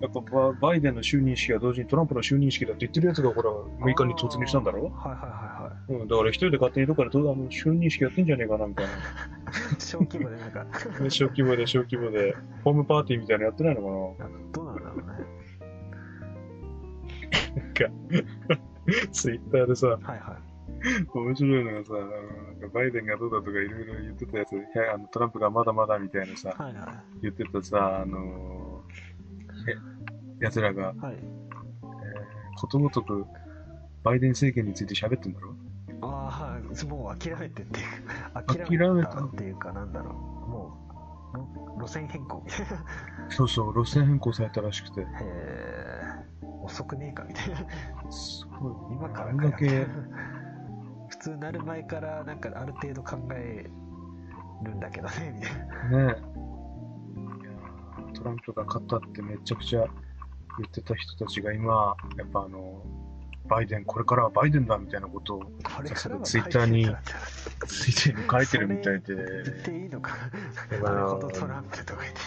やっぱババイデンの就任式は同時にトランプの就任式だって言ってるやつがほら6日に突入したんだろ、はいはいはいはうん、だから一人で勝手にどっかでどうあの就任式やってんじゃねえかなみたいい [LAUGHS] 小規模でなんかな小規模で小規模でホームパーティーみたいなのやってないのかどうなんだろうねなツイッターでさはいはい面白いのがさあのなんかバイデンがどうだとかいろいろ言ってたやついやあのトランプがまだまだみたいなさはいは言ってたさあのやつらがいはいことごとくバイデン政権について喋ってんだろああはいもう諦めてっていうか諦めた諦めたっていうかなんだろうもうろ路線変更みたいなそうそう路線変更されたらしくてへえ遅くねえかみたいなすごい今かあらんかよだけ普通なる前からなんかある程度考えるんだけどねみたいなねえいやートランプが勝ったってめちゃくちゃ言ってた人たちが今、やっぱあの、バイデン、これからはバイデンだみたいなことをこれさすからがはツイッターに書いてるんだついて書いてるみたいで、言っていいのかなまあなるほどトランプとか言って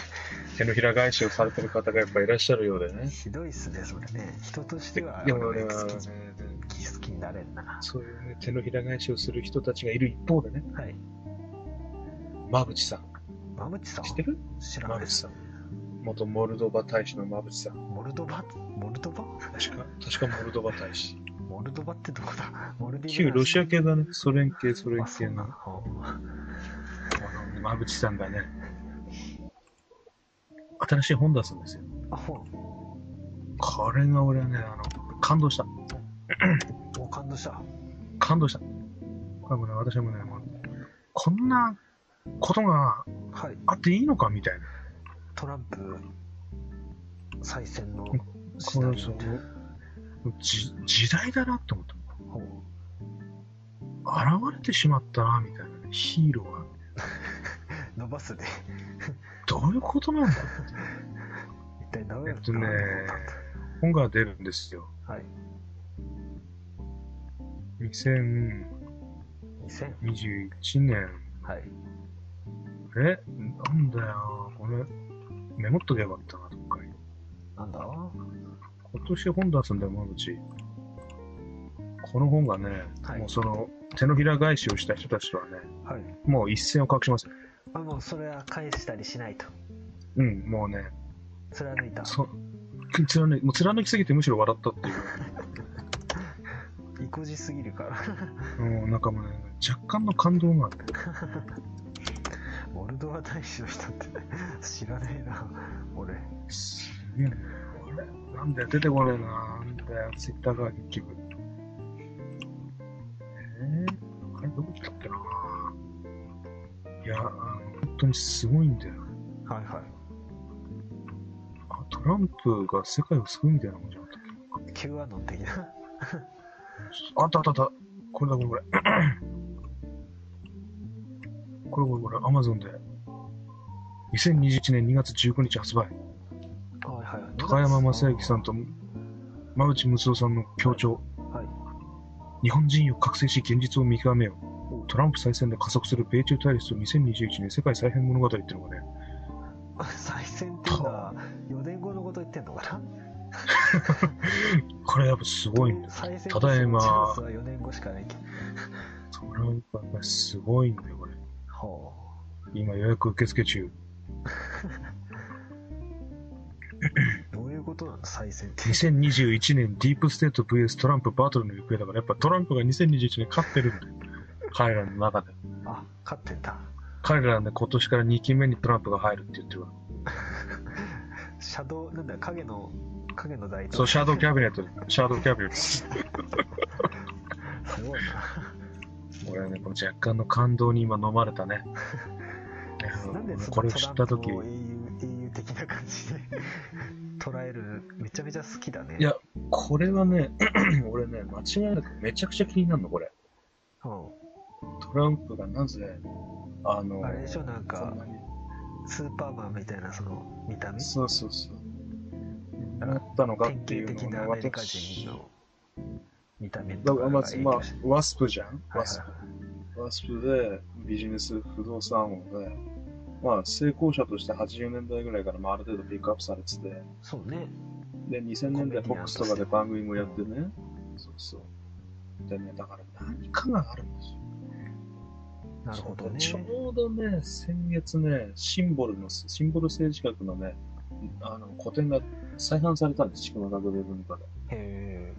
手のひら返しをされてる方がやっぱいらっしゃるようでね。ひどいっすねそれね人としてはでも俺ねは好き好きになれんなそういう、ね、手のひら返しをする人たちがいる一方でね、はい馬淵さん、マムチさん知ってる知らな馬いで淵すさん。元モルドバ大使の馬淵さん。モルドバモルドバ確か、確かモルドバ大使。モルドバってどこだモルディ旧ブロシア系だね。ソ連系、ソ連あそ系うなのの。はあの馬淵さんがね、新しい本出すんですよ。ああほこれが俺はね、あの感動した。うもう感動した感動した。これもね、私もね、もうこんなことがはいあっていいのかみたいな。トランプ再選のシこナのリオでじ時代だなって思った。ほう現れてしまったな、みたいなね。ヒーローが。伸ばすでどういうことなんだ [LAUGHS] 一体何えだっとね、本が出るんですよ。はい2021 2000年。はいえなんだよ。これ、メモっとけばよかったな、どっかに。なんだは今年本出すんだよ、馬淵。この本がね、はいもうその手のひら返しをした人たちとはね、いもう一線を画します。あもうそれは返したりしないとうん、もうね、貫いたそ [LAUGHS] 貫いもう貫きすぎてむしろ笑ったっていう。意固地すぎるから [LAUGHS] もうなんかもうね、若干の感動がある。モルドバ大使の人って [LAUGHS] 知らねえな俺すげえな。俺なんだよ、出てこねえな。なんだよ、ツイッターが結局。えー、あれどこ来たっけな。いや、あの本当にすごいんだよ。はいはあトランプが世界を救うみたいなもんじゃなかったっけい Q アノン的なあったあったあった。これだ、これ、これ。これ、これ、これ、アマゾンで。2021年2月19日発売。はいはいはい高山正幸さんと馬淵睦夫さんの協調。はい日本人を覚醒し現実を見極めよおう。トランプ再選で加速する米中対立と2021年世界再編物語っていうのがね、これやっぱすごいんだよ。再生ただいまチャンスは4年後しかないけどそれはやっぱりすごいんだよ、これ。ほ今予約受付中。うどういうことなの再選って2021年ディープステート VS トランプバトルの行方だから、やっぱトランプが2021年勝ってるんだよ。彼らの中で。あ勝ってんだ彼らはね、今年から2期目にトランプが入るって言ってるわ。シャドウなんだ影の影の大統領そう、シャドウキャビネット、シャドウキャビネット。すごいな俺はね、この若干の感動に今飲まれたね。 [LAUGHS] なんでそこれをのト知ラっンたプ時を英雄英雄的な感じで [LAUGHS] 捉えるめちゃめちゃ好きだねいやこれはね、 [CLEARS THROAT] 俺ね、間違いなくめちゃくちゃ気になるの、これ。うトランプがなぜ、あのん、あれでしょなんそかんなにスーパーマンみたいなその見た目そうそうそう。なったのか典ってい型う的のなはアメリカ人私の見た目だとかからがまず、影まあ響して、ワスプじゃん。はいワスプ。ワスプでビジネス不動産王で、まあ成功者として80年代ぐらいから、まあ、ある程度ピックアップされてて、そうねで、2000年代 FOX とかで番組もやってね。そうそう。でね、だから何かがあるんですよ。なるほどねちょうどね、先月ね、シンボルの、シンボル政治学のね、あの、古典が再販されたんです、筑波学部文化で。へえ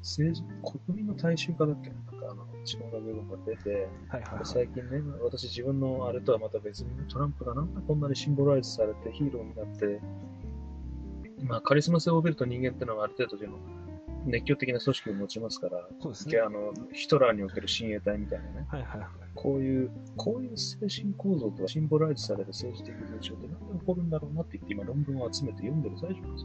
政治、国民の大衆化だっけなんかあの、筑波学部文化出て、はいはいはい最近ね、私自分のあれとはまた別にね、トランプがなんでこんなにシンボライズされてヒーローになって、まあ、カリスマ性を帯びると人間ってのはある程度での熱狂的な組織を持ちますから、そうですねであのヒトラーにおける親衛隊みたいなね、はいはいはいこういう、こういう精神構造とかシンボライズされる政治的現象ってなんで起こるんだろうなって言って今論文を集めて読んでる最中なんで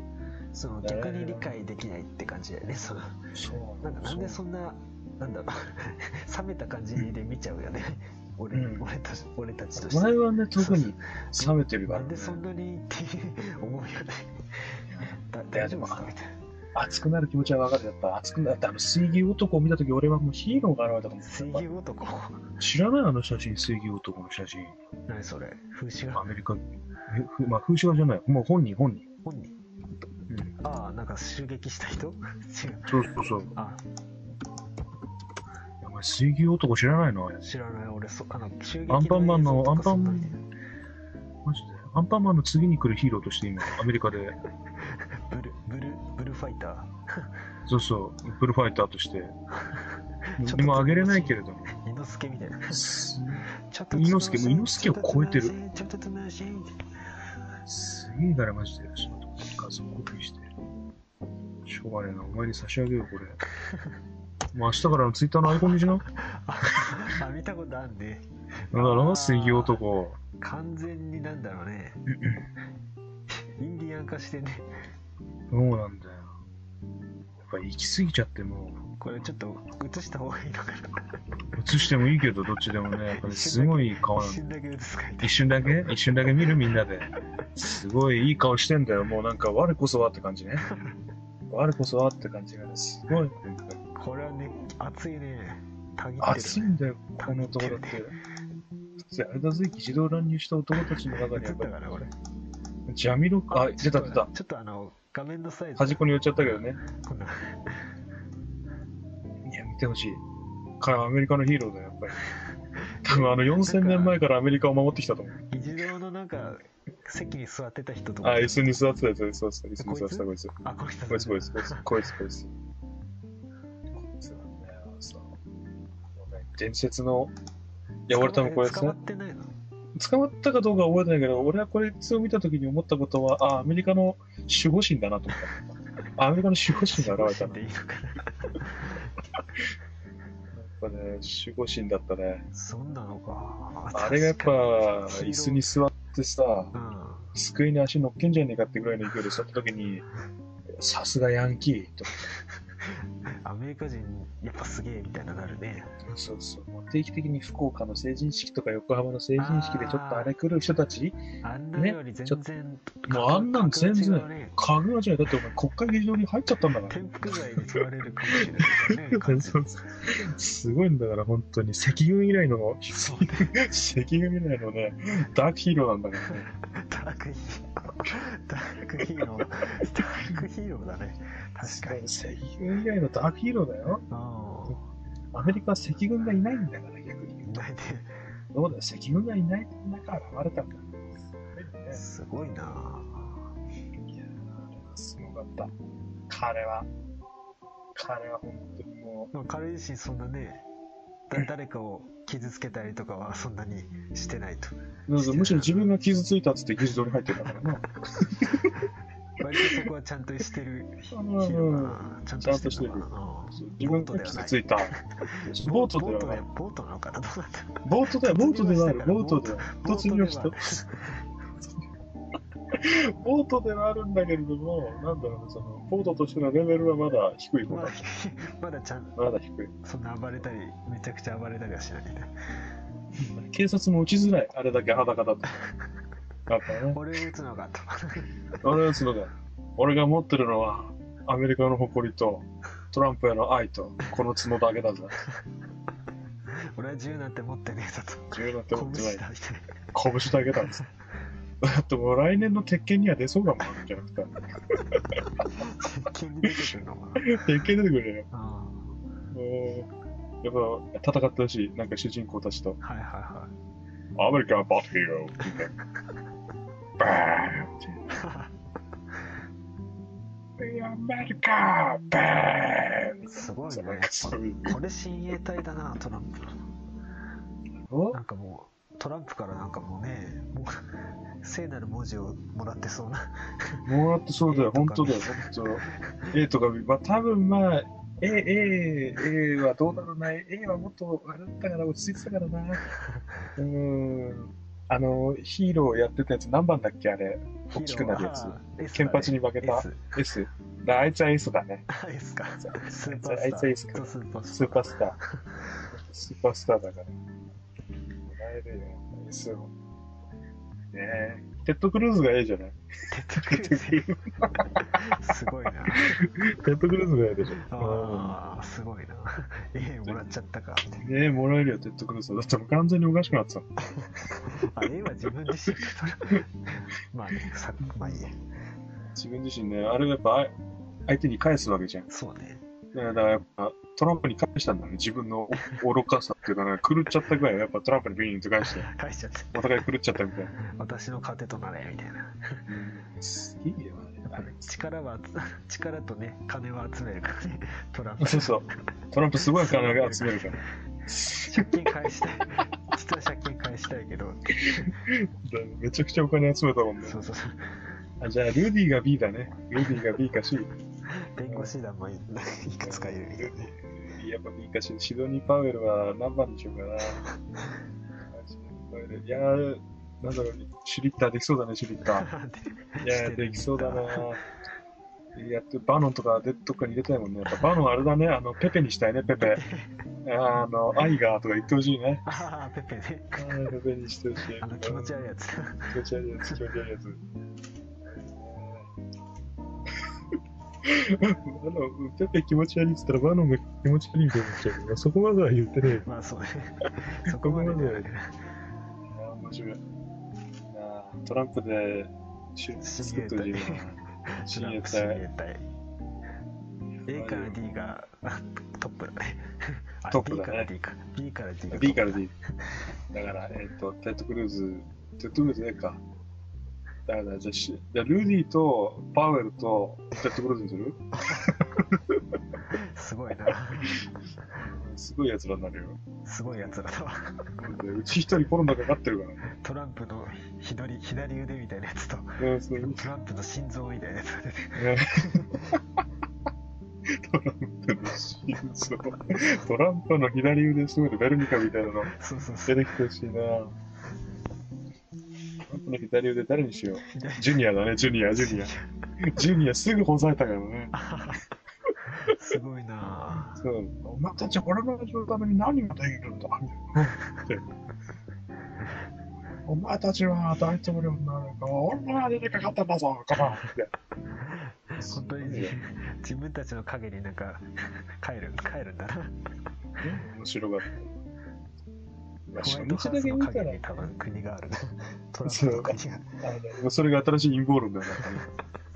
その逆に理解できないって感じだよねそのすよ。そうなんかなんでそんななんだろう [LAUGHS] 冷めた感じで見ちゃうよね俺,、うん俺たち俺たちとおして前はね、特に冷めてるかなら、んねで、そんなにって思 [LAUGHS] うよねだいや大で丈夫もですかみたいな熱くなる気持ちはわかる。やっぱ熱くなって、あの水牛男を見たとき、俺はもうヒーローが現れたと水思っ牛男た。知らないあの写真、水牛男の写真。何それ風刺ア画メリカ、えふまあ、風刺画じゃない。もう本人、本人。本人ああなんか襲撃した人 [LAUGHS] 違うそうそうそう。あお前、水牛男知らないのあれ知らない俺そあの襲撃アンパンマンの映像とかアンパンマンそんな見てないマジで。アンパンマンの次に来るヒーローとして今、アメリカでブルブルブルーファイターそうそう、プルファイターと [LAUGHS] して。ちょっと何もあげれないけれども。 [LAUGHS] 猪之助みたいなすちょっと猪之助も猪之助を超えてるちょっとつましんすげえからマジで。ちょっと画像コピーして。しょうがねえな、お前に差し上げよう、こ [LAUGHS] れ。もう明日からのツイッターのアイコンにしな。だかあ見たことあんねら、水牛男。完全になんだろうねインディアン化してねそうなんだよ。やっぱ行き過ぎちゃってもこれちょっと映した方がいいのかう、映してもいいけど、どっちでもね、やっぱりすごい顔なな一んだ。瞬だけ映すかい一瞬だけ一瞬だけ見るみんなで。すごいいい顔してんだよ。もうなんか我こそはって感 [LAUGHS] じね。我こそはって感じがね、すごい。これはね熱いねたぎってる熱いんだよ、この男だって。普通あれだぜ、議事堂乱入した男たちの中映にやっっぱたかなこれり、ジャミロク、あ、出た出た。ちょっとあの画面のサイズ端っこに寄っちゃったけどね。こんないや、見てほしい。彼はアメリカのヒーローだよ、やっ [LAUGHS] ぱり。多分あの4000年前からアメリカを守ってきたと思う。議事堂のなんか席に座ってた人とかあ、椅子に座ってたやつ、そうそう、椅子に座ってたこいつ。あこの人こいつこいつこいつこいつこいつ。こいつなんだよ、そう。伝説の、いや、俺多分これ捕まってないの捕まったかどうかは覚えてないけど、俺はこれを見たときに思ったことは、あ、アメリカの守護神だなと思 [LAUGHS] った。あアメリカの守護神が現れたな。でいいのかなやっぱね、守護神だったね。そんなのかあれがやっぱ、確か椅に子に座ってさ、うん机に足乗っけんじゃねえかってぐらいの勢いで座ったときに、さすがヤンキーと。アメリカ人やっぱすげえみたいななるねそうそう。もう定期的に福岡の成人式とか横浜の成人式でちょっとあれ来る人たちあんなより全然、ちょもうあんなん全然格が違うねかぐわじゃないだってお前国会議事堂に入っちゃったんだから。転覆罪に問われるかもしれないからね [LAUGHS] 完そ全うにそうすごいんだから、本当に。赤軍以来の、赤軍以来のね、ダークヒーローなんだからね。ダークヒーローダークヒーローダークヒーローだね。確かに。そう赤軍以外のダークヒーローだよ。うアメリカは赤軍がいないんだから、逆に。ん。だいてどうだよ、赤軍がいない中現れたんだ。すすごいなごいねいやーすごかった。彼は、彼は本当にもまあ、彼自身そんなね、だ誰かを傷つけたりとかはそんなにしてないと。う、なんかむしろ自分が傷ついたっつって傷取り入ってた [LAUGHS] からな。割とそこはちゃんとしてるヒーローだな。ちゃんとしてるのかな。うん自分が傷ついた。ボートではない。ボートなのかなどうなんだろうボートでは、ボートではある、ボートでは。ボー突ト入したで。ボートではあるんだけれども、なんだろうね、その、ボートとしてのレベルはまだ低い方はま [LAUGHS] だだ。まだちゃんまだ低い。そんな暴れたりめちゃくちゃ暴れたりはしないね警察も打ちづらい、あれだけ裸だと。だからね、俺を撃つのかと [LAUGHS] 俺の角が、俺が持ってるのは、アメリカの誇りと、トランプへの愛と、この角だけだぞ。俺は銃なんて持ってねえぞ自由なんてと持ってない拳。だみたいな拳だけだぞ。だってもう来年の鉄拳には出そうだもん、じゃなくて。 [LAUGHS] 急に出てくるのか鉄拳出てくるよ。なあもうやっぱ戦ってほしい、なんか主人公たちと。あはいはいはアメリカンバットヒーローみたいな。バ [LAUGHS] ーンって。We are America! バーンいすごいねなんかそういうこれ親衛隊だなトランプのなんかもうトランプからなんかもうねもう [LAUGHS] 聖なる文字をもらってそうなもらってそうだよ、本当だよ、本当。A とか B、まあ多分まあ、A、A、A はどうだろうな、A はもっとあれだったから落ち着いてたからな。うーん。あの、ヒーローやってたやつ何番だっけあれ。大きくなるやつつケンパチに負けた S, S。だあいつは S だね。あ S かスーパあいつはー S スタかーとスーパーススーターパースター。スーパースターだから。もらえるよ、S を。ねえ。テッド・クルーズが A じゃないテッドクルーズすご [LAUGHS] いなテッド・クルーズが A でしょ。ああすごいな A もらっちゃったかみたいなねえ、もらえるよ、テッド・クルーズは。だってもう完全におかしくなってたもん。あ A は自分自身まあねさまあいいや自分自身ね、あれはやっぱあい相手に返すわけじゃん。そうねだからやっぱトランプに返したんだね。自分のお [LAUGHS] 愚かさっていうかね、狂っちゃったぐらいやっぱトランプにビーンと返して、返しちゃってお互い狂っちゃったみたいな。私の糧となれみたいなすげえよ、あれ。力は力とね金は集めるからねトランプそうそう。トランプすごい金が集めるから。借金返したい実は借金返したいけどめちゃくちゃお金集めたもんね。そうそうそうあじゃあ、ルディが B だね。ルディが B か C。弁護士団もいいくつかいるみたいなねやっぱ B か C。シドニー・パウエルは何番にしよう [LAUGHS] かな。シドニーパウエルいやー、なんだろう、シュリッターできそうだね、シュリッター。いや、できそうだな。やってバノンとかでどっかに入れたいもんね。やっぱバノンあれだね、あのペペにしたいね、ペ [LAUGHS] ペ。あの、アイガーとか言ってほしいね。ああペペねあーペペにしてほしい。あの気持ち悪いやつ [LAUGHS] 気持ち悪いやつ、気持ち悪いやつ。あのペペ気持ち悪いっつったらバノンが気持ち悪いみたいになっちゃうけどそこまでは言ってねえよま [LAUGHS] あそうねそこまでじゃないいや面白いあートランプでシュ作ってほしいなトラ親ン衛プ親隊衛隊 A から D があトップだねあトップだね B から D か B から D が B から D D。だから、えっ、と、テッド・クルーズ、テッド・クルーズ A か。だから、じゃあ、しじゃあルーディとパウエルとテッド・クルーズにするすごいなすごいやつらになるよ。すごいやつらだわでうち一人コロナかかってるからね。トランプの左左腕みたいなやつとうん、そうねトランプの心臓みたいなやつが出てくるトランプの心臓。トランプの左腕すごいねベルニカみたいなのそうそうそ出てうきてほしいな。トランプの左腕誰にしようジュニアだね、ジュニア、ジュニア。ジュニアすぐほざいたからね。すごいなそうお前たち俺の味のために何ができるんだってお前たちは大統領になるから俺らが出てかかったんだぞこらって本当に自分たちの影になんか帰る帰るんだな面白かったいやホワ初イトハ日だウスけの見たら影に多分国があるなトランプの国があのそれが新しい陰謀論だよね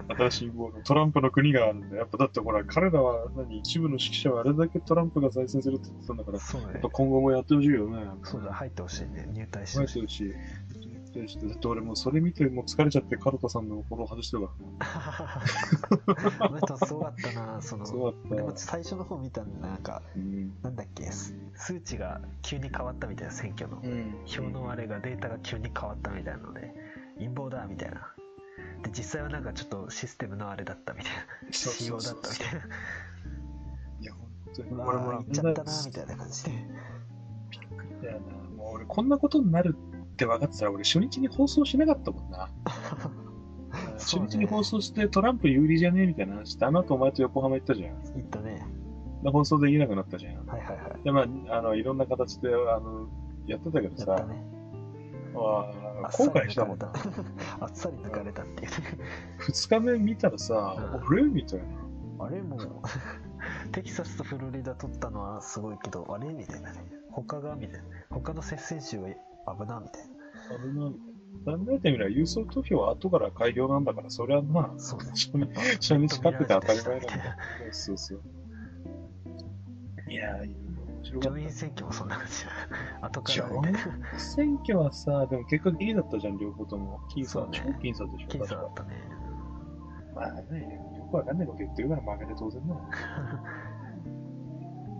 新しいもうトランプの国があるんだよやっぱだってほら、彼らは何一部の指揮者はあれだけトランプが再選するって言ってたんだから、やそうねっぱ今後もやってほしいよね。そうだ入ってほしいね入隊して前ほし [LAUGHS] しいてるし、だって俺もうそれ見てもう疲れちゃって、カルタさんのフォロー外してたかあの人すごかったなそら。のそうだでっもた。最初の方見たんだなんかうん。なんだっけす数値が急に変わったみたいな選挙の表のあれがデータが急に変わったみたいなので陰謀だみたいなで実際はなんかちょっとシステムのあれだったみたいなそう仕そ様うだそっうたみたいなや、本当に。うわ俺ーも行っちゃったなみたいな感じで [LAUGHS] だよなもう俺こんなことになるって分かってたら俺初日に放送しなかったもんな初 [LAUGHS] そうね日に放送してトランプ有利じゃねえみたいな話してあの後お前と横浜行ったじゃん行ったねで放送できなくなったじゃんはいはいはいでまああのいろんな形であのやってたけどやさ、ったねあー後悔したもんな [LAUGHS] あっさり抜かれたっていうね2日目見たらさ俺みたいなあれもう [LAUGHS] テキサスとフロリダ取ったのはすごいけどあれみたいなね他がみたいな他の接戦州は危なみたいな危ない考えてみれば郵送投票は後から開業なんだからそれはまあそうね初日初日勝ってて当たり前なんだそうそうそういやー面白かっ上院選挙もそんな感じ [LAUGHS] だ後からみたいなた選挙はさでも結果ギリだったじゃん両方とも僅差、そうね超僅差でしょ僅差確だかったねまあねよくわかんないこと言ってるから [LAUGHS] 負けて当然だよ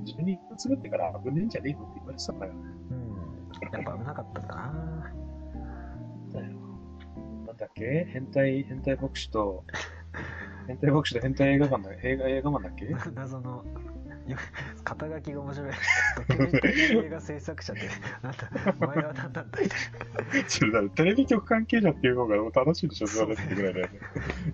自分に作ってから危ねえんじゃねえのって言われてたんだからうんやっぱ危なかったんだな [LAUGHS] なんだっけ変態変態牧師と [LAUGHS] 変態牧師と変態映画館だ映画映画マンだっけ謎のよ肩書きが面白いドキュメンタリー映画制作者ってなんだお前は何なんだみたいそれだろテレビ局関係者っていう方が楽しいでしょ、それだってぐらいだよ [LAUGHS] ね。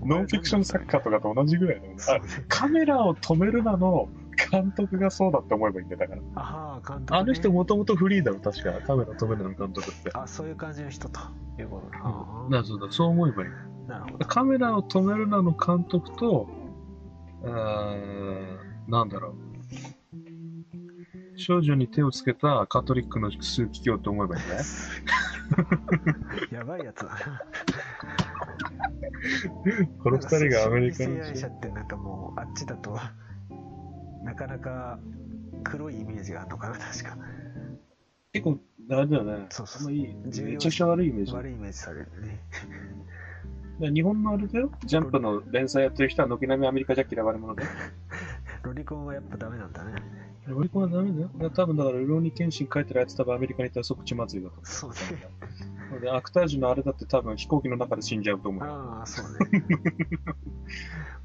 ノンフィクション作家とかと同じぐらいだよねな。そあうねカメラを止めるなの監督がそうだって思えばいいんだよだから。ああ監督、ね、あの人もともとフリーだろ、確か。カメラ止めるの監督って。あそういう感じの人ということだうあん、なそうだ、そう思えばいい。ーな [LAUGHS] るほどカメラを止めるなの監督と、うーんなんだろう。少女に手をつけたカトリックの枢機卿って思えばいいんだよ。やばいやつだなこの二人がアメリカのの親愛者ってなんかもうあっちだとなかなか黒いイメージがあるのかな確か結構、あれだよね。そうそうあんまいい。重要めちゃくちゃ悪いイメージ。だか悪いイメージされるねら日本のあれだよ。ジャンプの連載やってる人は軒並みアメリカじゃ嫌われ者だよ。ロリコンはやっぱダメなんだねロリコンはダメだよ。多分だから、ローニケンシン書いてるやつ多分アメリカに行ったら即地祭りだとそうね思う。で、アクタージュのあれだって多分飛行機の中で死んじゃうと思うよ。ああそうね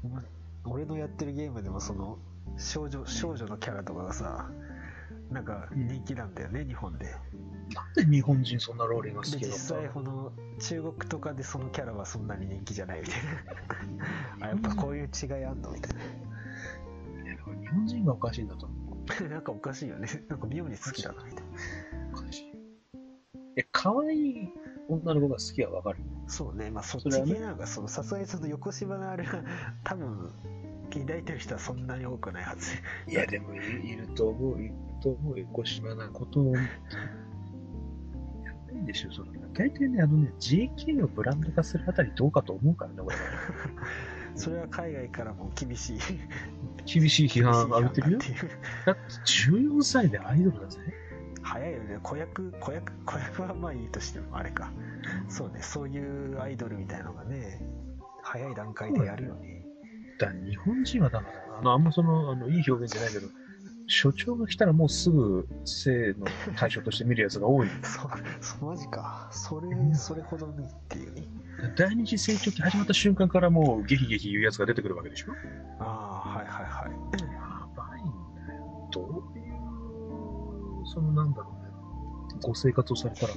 お前俺のやってるゲームでもその少女少女のキャラとかがさなんか人気なんだよね、日本でなんで日本人そんなローリーが好できな実の際この中国とかでそのキャラはそんなに人気じゃないみたいな [LAUGHS] あやっぱこういう違いあんのみたい日本人がおかしいんだと思う。ななんかおかしいよねなんか妙に好きだなみたいなおかしい。え、可愛い女の子が好きはわかる。そうねまあそっちそれはね系なのがそのさすがにその横芝のあれは多分抱いてる人はそんなに多くないは [LAUGHS] ずいや、でもい、いると思う、いると思うよ、小島なことを。やばいでしょ、それ。大体ね、あのね、JK をブランド化するあたりどうかと思うからね、俺は。それは海外からも厳しい厳しい批判あ浴びてるよ。だって14歳でアイドルだぜ。早いよね子役子役子役はまあいいとしてもあれかそうねそういうアイドルみたいのがね早い段階でやるよねだから日本人はだから、あの、あんまその、あの、いい表現じゃないけど、所長が来たらもうすぐ性の対象として見るやつが多い。そそマジかそれそれほどにっていうね第二次成長期始まった瞬間からもうゲヒゲヒ言うやつが出てくるわけでしょああはいはいはいやばいんだよ。どういう、そのなんだろうね、ご生活をされたら、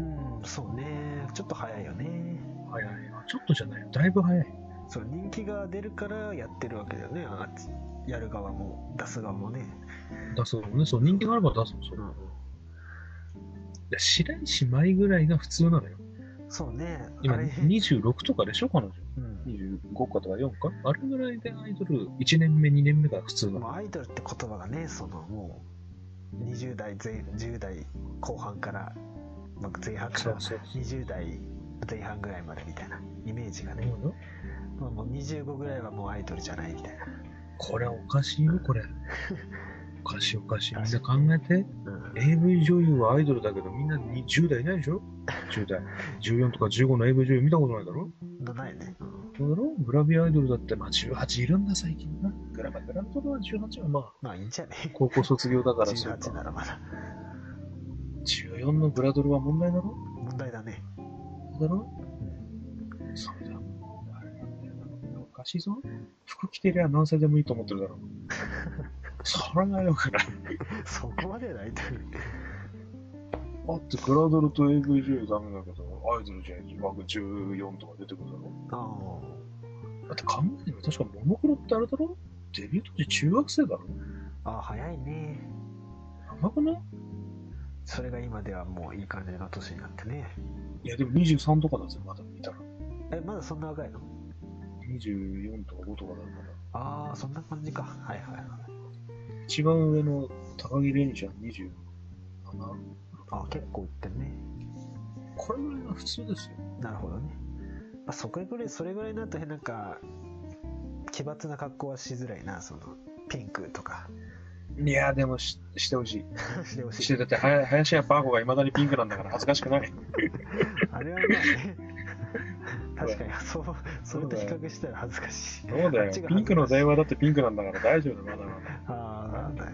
うんそうねちょっと早いよね早いな。ちょっとじゃないよ。だいぶ早い。そう人気が出るからやってるわけだよねあっちやる側も出す側もね出すのもね、そう、人気があれば出すの、そうう。んいや白石舞ぐらいが普通なのよ。そうね今、あれ26とかでしょ、彼女。うん25かとか4かあれぐらいでアイドル、1年目、2年目が普通なの。まあ、アイドルって言葉がねそのもう20代前10代後半から、まあ、前半かそうらそう。 20代前半ぐらいまでみたいなイメージがね、うんまあ、もう25ぐらいはもうアイドルじゃないみたいな、これおかしいよ、これ。おかしいおかしい。みんな考えて。うん、 AV 女優はアイドルだけど、みんなに10代いないでしょ ?10 代。14とか15の AV 女優見たことないだろのないね、うんそうだろグラビアアイドルだって、まあ18いるんだ、最近な。グラバグランドルは18はまあ、まあいいんじゃね高校卒業だからそう18なか。らまだ14のグラドルは問題だろ問題だねだろ、そうだ。あれなんだよなおかしいぞ。服着てりゃ何歳でもいいと思ってるだろ。それがよくない。そこまではないというあってグラドルと AV 女優ダメだけど、アイドルじゃ枠14とか出てくるだろあだって考えてみれば確かモノクロってあれだろデビュー当時中学生だろあああ早いね甘くないそれが今ではもういい感じの年になってねいやでも23とかだぜ、まだ見たら。えまだそんな若いの24とか5とかだから。ああそんな感じかはいはいはい一番上の高木玲ちゃん27。ああ結構いってるねこれぐらいが普通ですよ。なるほどね、まあ、そこぐらいそれぐらいになるとなんか奇抜な格好はしづらいなそのピンクとかいやでもししてほししてほい。ししていだってはや林家パーコがいまだにピンクなんだから恥ずかしくない。あれはまあ [LAUGHS] ね確かにそうそれと比較したら恥ずかしいそうだよ。ピンクの電話だってピンクなんだから大丈夫だよ、まだまだ。ああなんだ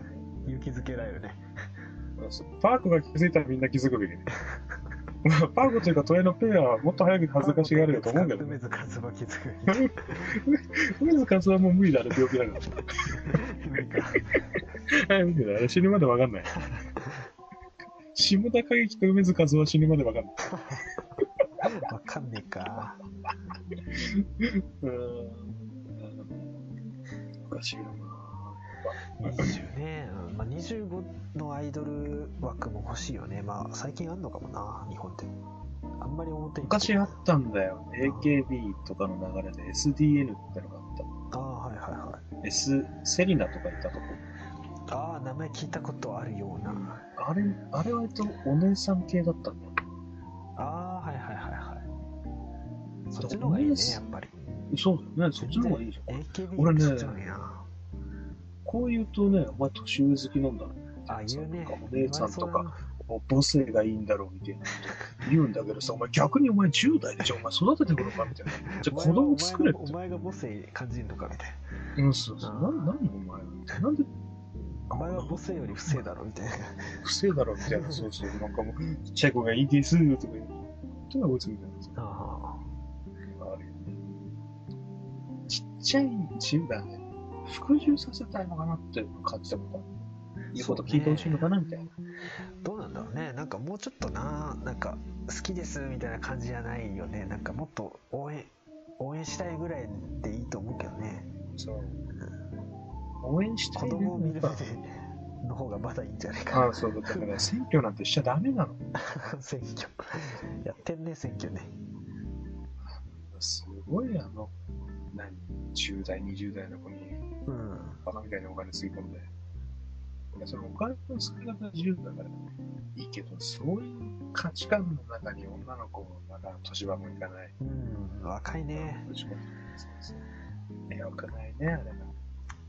勇気づけられるねパーコが気づいたらみんな気づくべきね。 [LAUGHS] パーコというかトエのペアはもっと早く恥ずかしがるよと思うけどね梅。津和馬気づく梅津和夫はもう無理だ、あれ病気だか。無理から [LAUGHS] はい無理だ、あれ死ぬまでわかん [LAUGHS] ない。下田景樹と梅津和夫は死ぬまでわかんない。わかんねえかうーん。おかしいよな。 20ね、うんまあ、25のアイドル枠も欲しいよねまあ最近あんのかもな日本であんまり表に昔あったんだよ。AKB とかの流れで SDN ってのがあっああはいはいはいた。S、セリナとかいたとこ。ああ名前聞いたことあるようなあれ、あれはえっと、お姉さん系だったんだよ。ああはいはいはいはいそっちの方がいいねやっぱりそうだよね。そっちの方がいいじゃん。 AKB 俺ねそっちの方がいいなこう言うとね、お前年上好きなんだね。ああ言うねそっかお姉さんと言われそうだかお母性がいいんだろうみたいなこと言うんだけどさ、お前逆にお前10代でしょ、お前育ててくのかみたいな。じゃあ子供作れってお。前がお前が母性感じるのかみたいなうん、そうそう。な何お前みたいな。なんでお前は母性より不正だろみたいな不正だろうみたいな。そうそう。なんかもう、ちっちゃい子がいいですとか言う。どうなこいつみたいな。ああるよね。ちっちゃい10代で服従させたいのかなって感じたことある。いうこと聞いてほしいのかなみたいな。あどうなんだろうねなんかもうちょっとななんか好きですみたいな感じじゃないよねなんかもっと応援応援したいぐらいでいいと思うけどねそう。応援したい子ね供を見るや目っぱでの方がまだいいんじゃないあかあ、そうだ。だから選挙なんてしちゃダメなの。な選挙やってんね選挙ねすごいあの、何、10代、20代の子にうんバカみたいなお金つぎ込んで。いやそのお金の使い方は自由だからいいけど、そういう価値観の中に女の子もまだ年場もいかない。うん若いねそうそうえ、よくないね、あれが。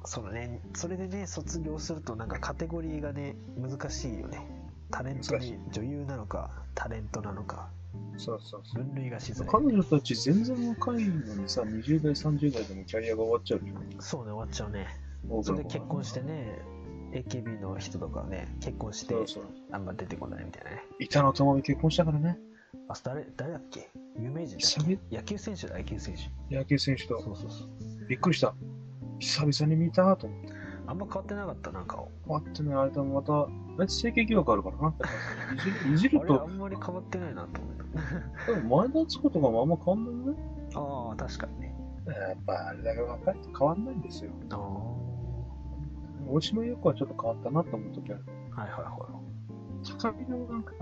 そのねそれでね卒業するとなんかカテゴリーがね難しいよねタレントに女優なのかタレントなのかそうそうそう。分類がしづらい彼女たち全然若いのにさ、20代、30代でもキャリアが終わっちゃうでしそうね終わっちゃうねょ。それで結婚してね AKB の人とかはね結婚してそうそう。あんま出てこないみたいなね板野友美結婚したからね。あ誰誰だっけ有名人久だっ々け野球選手だ野球選手野球選手とそうそうそうびっくりした。久々に見たと思って。あんま変わってなかったなんか待ってね、あれだ、また、あいつ整形疑惑あるから [LAUGHS] な。いじるいじあるれあと、んまり変わってないなと思でも前田敦子とかもあんま変わんないね。ったああ確かにねやっぱあれだけ若いと変わんないんですよ。ああは大島優子はちょっと変わったなと思うときある。いはいは高見のなんか、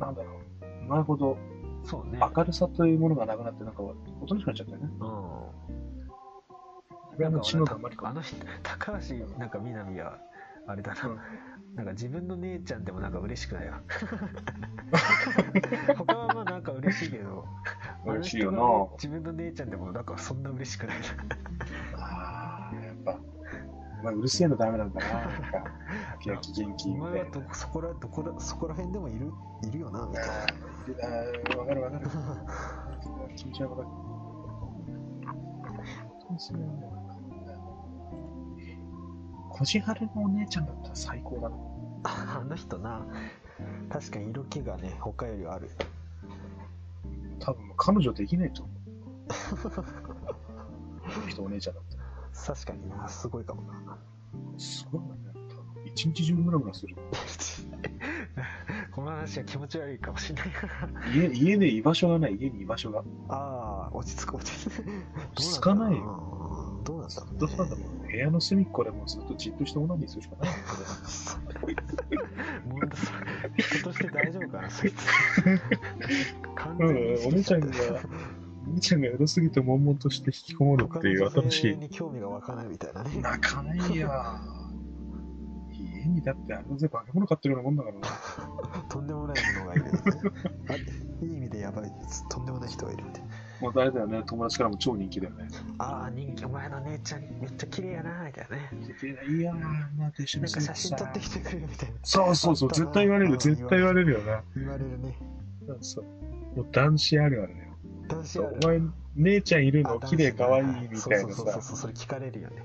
なんだろう、前ほどいそうね明るさというものがなくなって、なんかおとなしくなっちゃったよね。うんこれはもう知能があんまりあの人高橋なんか南はあれだな、うん [LAUGHS] なんか自分の姉ちゃんでもなんか嬉しくないわ他はまあなんか嬉嬉しいけど美味しいよなあの人がね自分の姉ちゃんでもなんかそんな嬉しくないなああ、やっぱ、お前うるせえのダメなんだな、なんか、元気元気おみた [LAUGHS] 前はいなどこそこらどこらそこら辺でもいるいるよなみたいなあーあー、わかるわかる。気持ち悪くなるこじはるのお姉ちゃんだったら最高だな。あの人な確かに色気がね他よりはある多分もう彼女できないと思 [LAUGHS] う。この人お姉ちゃんだったら。確かになすごいかもなすごいよね。多分一日中ムラムラする。 [LAUGHS] この話は気持ち悪いかもしれない家家で居場所がない、家に居場所が。ああ落ち着く落ち着く落ち着かないよどうなんだろうどうなんだろう部屋の隅っこでもうずっとじっとしてオナニーするしかない。もうそれ人として大丈夫かなそいつ完うん、に意お識姉しちちゃゃっんたが、お姉ちゃんがエロすぎて悶々として引きこもるっていう他新の女し性い。に興味が湧かないみたいなね泣かないよ。 [LAUGHS] 家にだってあれで化け物買ってるようなもんだからな。とんでもないものがいるみたいなあいい意味でやばいとんでもない人がいるみたいなもう誰だよね、友達からも超人気だよね。ああ人気お前の姉ちゃんめっちゃ綺麗やなみたいなねいやー、なんて一緒なんにか写真撮ってきてくれみたいなそうそうそう、絶対言われる、絶対言われるれるよね。言われるねそうそう。もう男子あるあるだよ。男子あるお前、姉ちゃんいるのあ男子綺麗可愛いみたいなそうそうそうさ。そうそれ聞かれるよね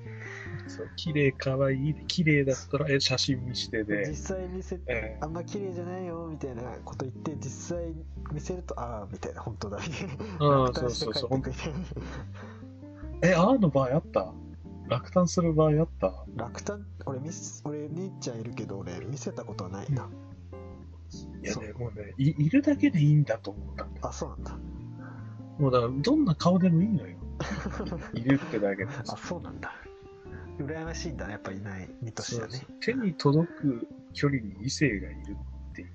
そう綺麗可愛い綺麗だったら、え、写真見してで実。際見せえあんま綺麗じゃないよみたいなこと言って実際見せるとああみたいな本当だみたいなえうん、楽そうしんそでう帰そう。っほてんくみたえ、いなあーの場合あった落胆する場合あった落胆俺ミス俺姉ちゃんいるけど俺見せたことはないな、いやそうね、もうねい、いるだけでいいんだと思ったんだよあそうなんだもうだから、どんな顔でもいいの [LAUGHS] よ。いるってだけで。あそうなんだ羨ましいんだねやっぱいない身としてはねそうそう手に届く距離に異性がいるっていう。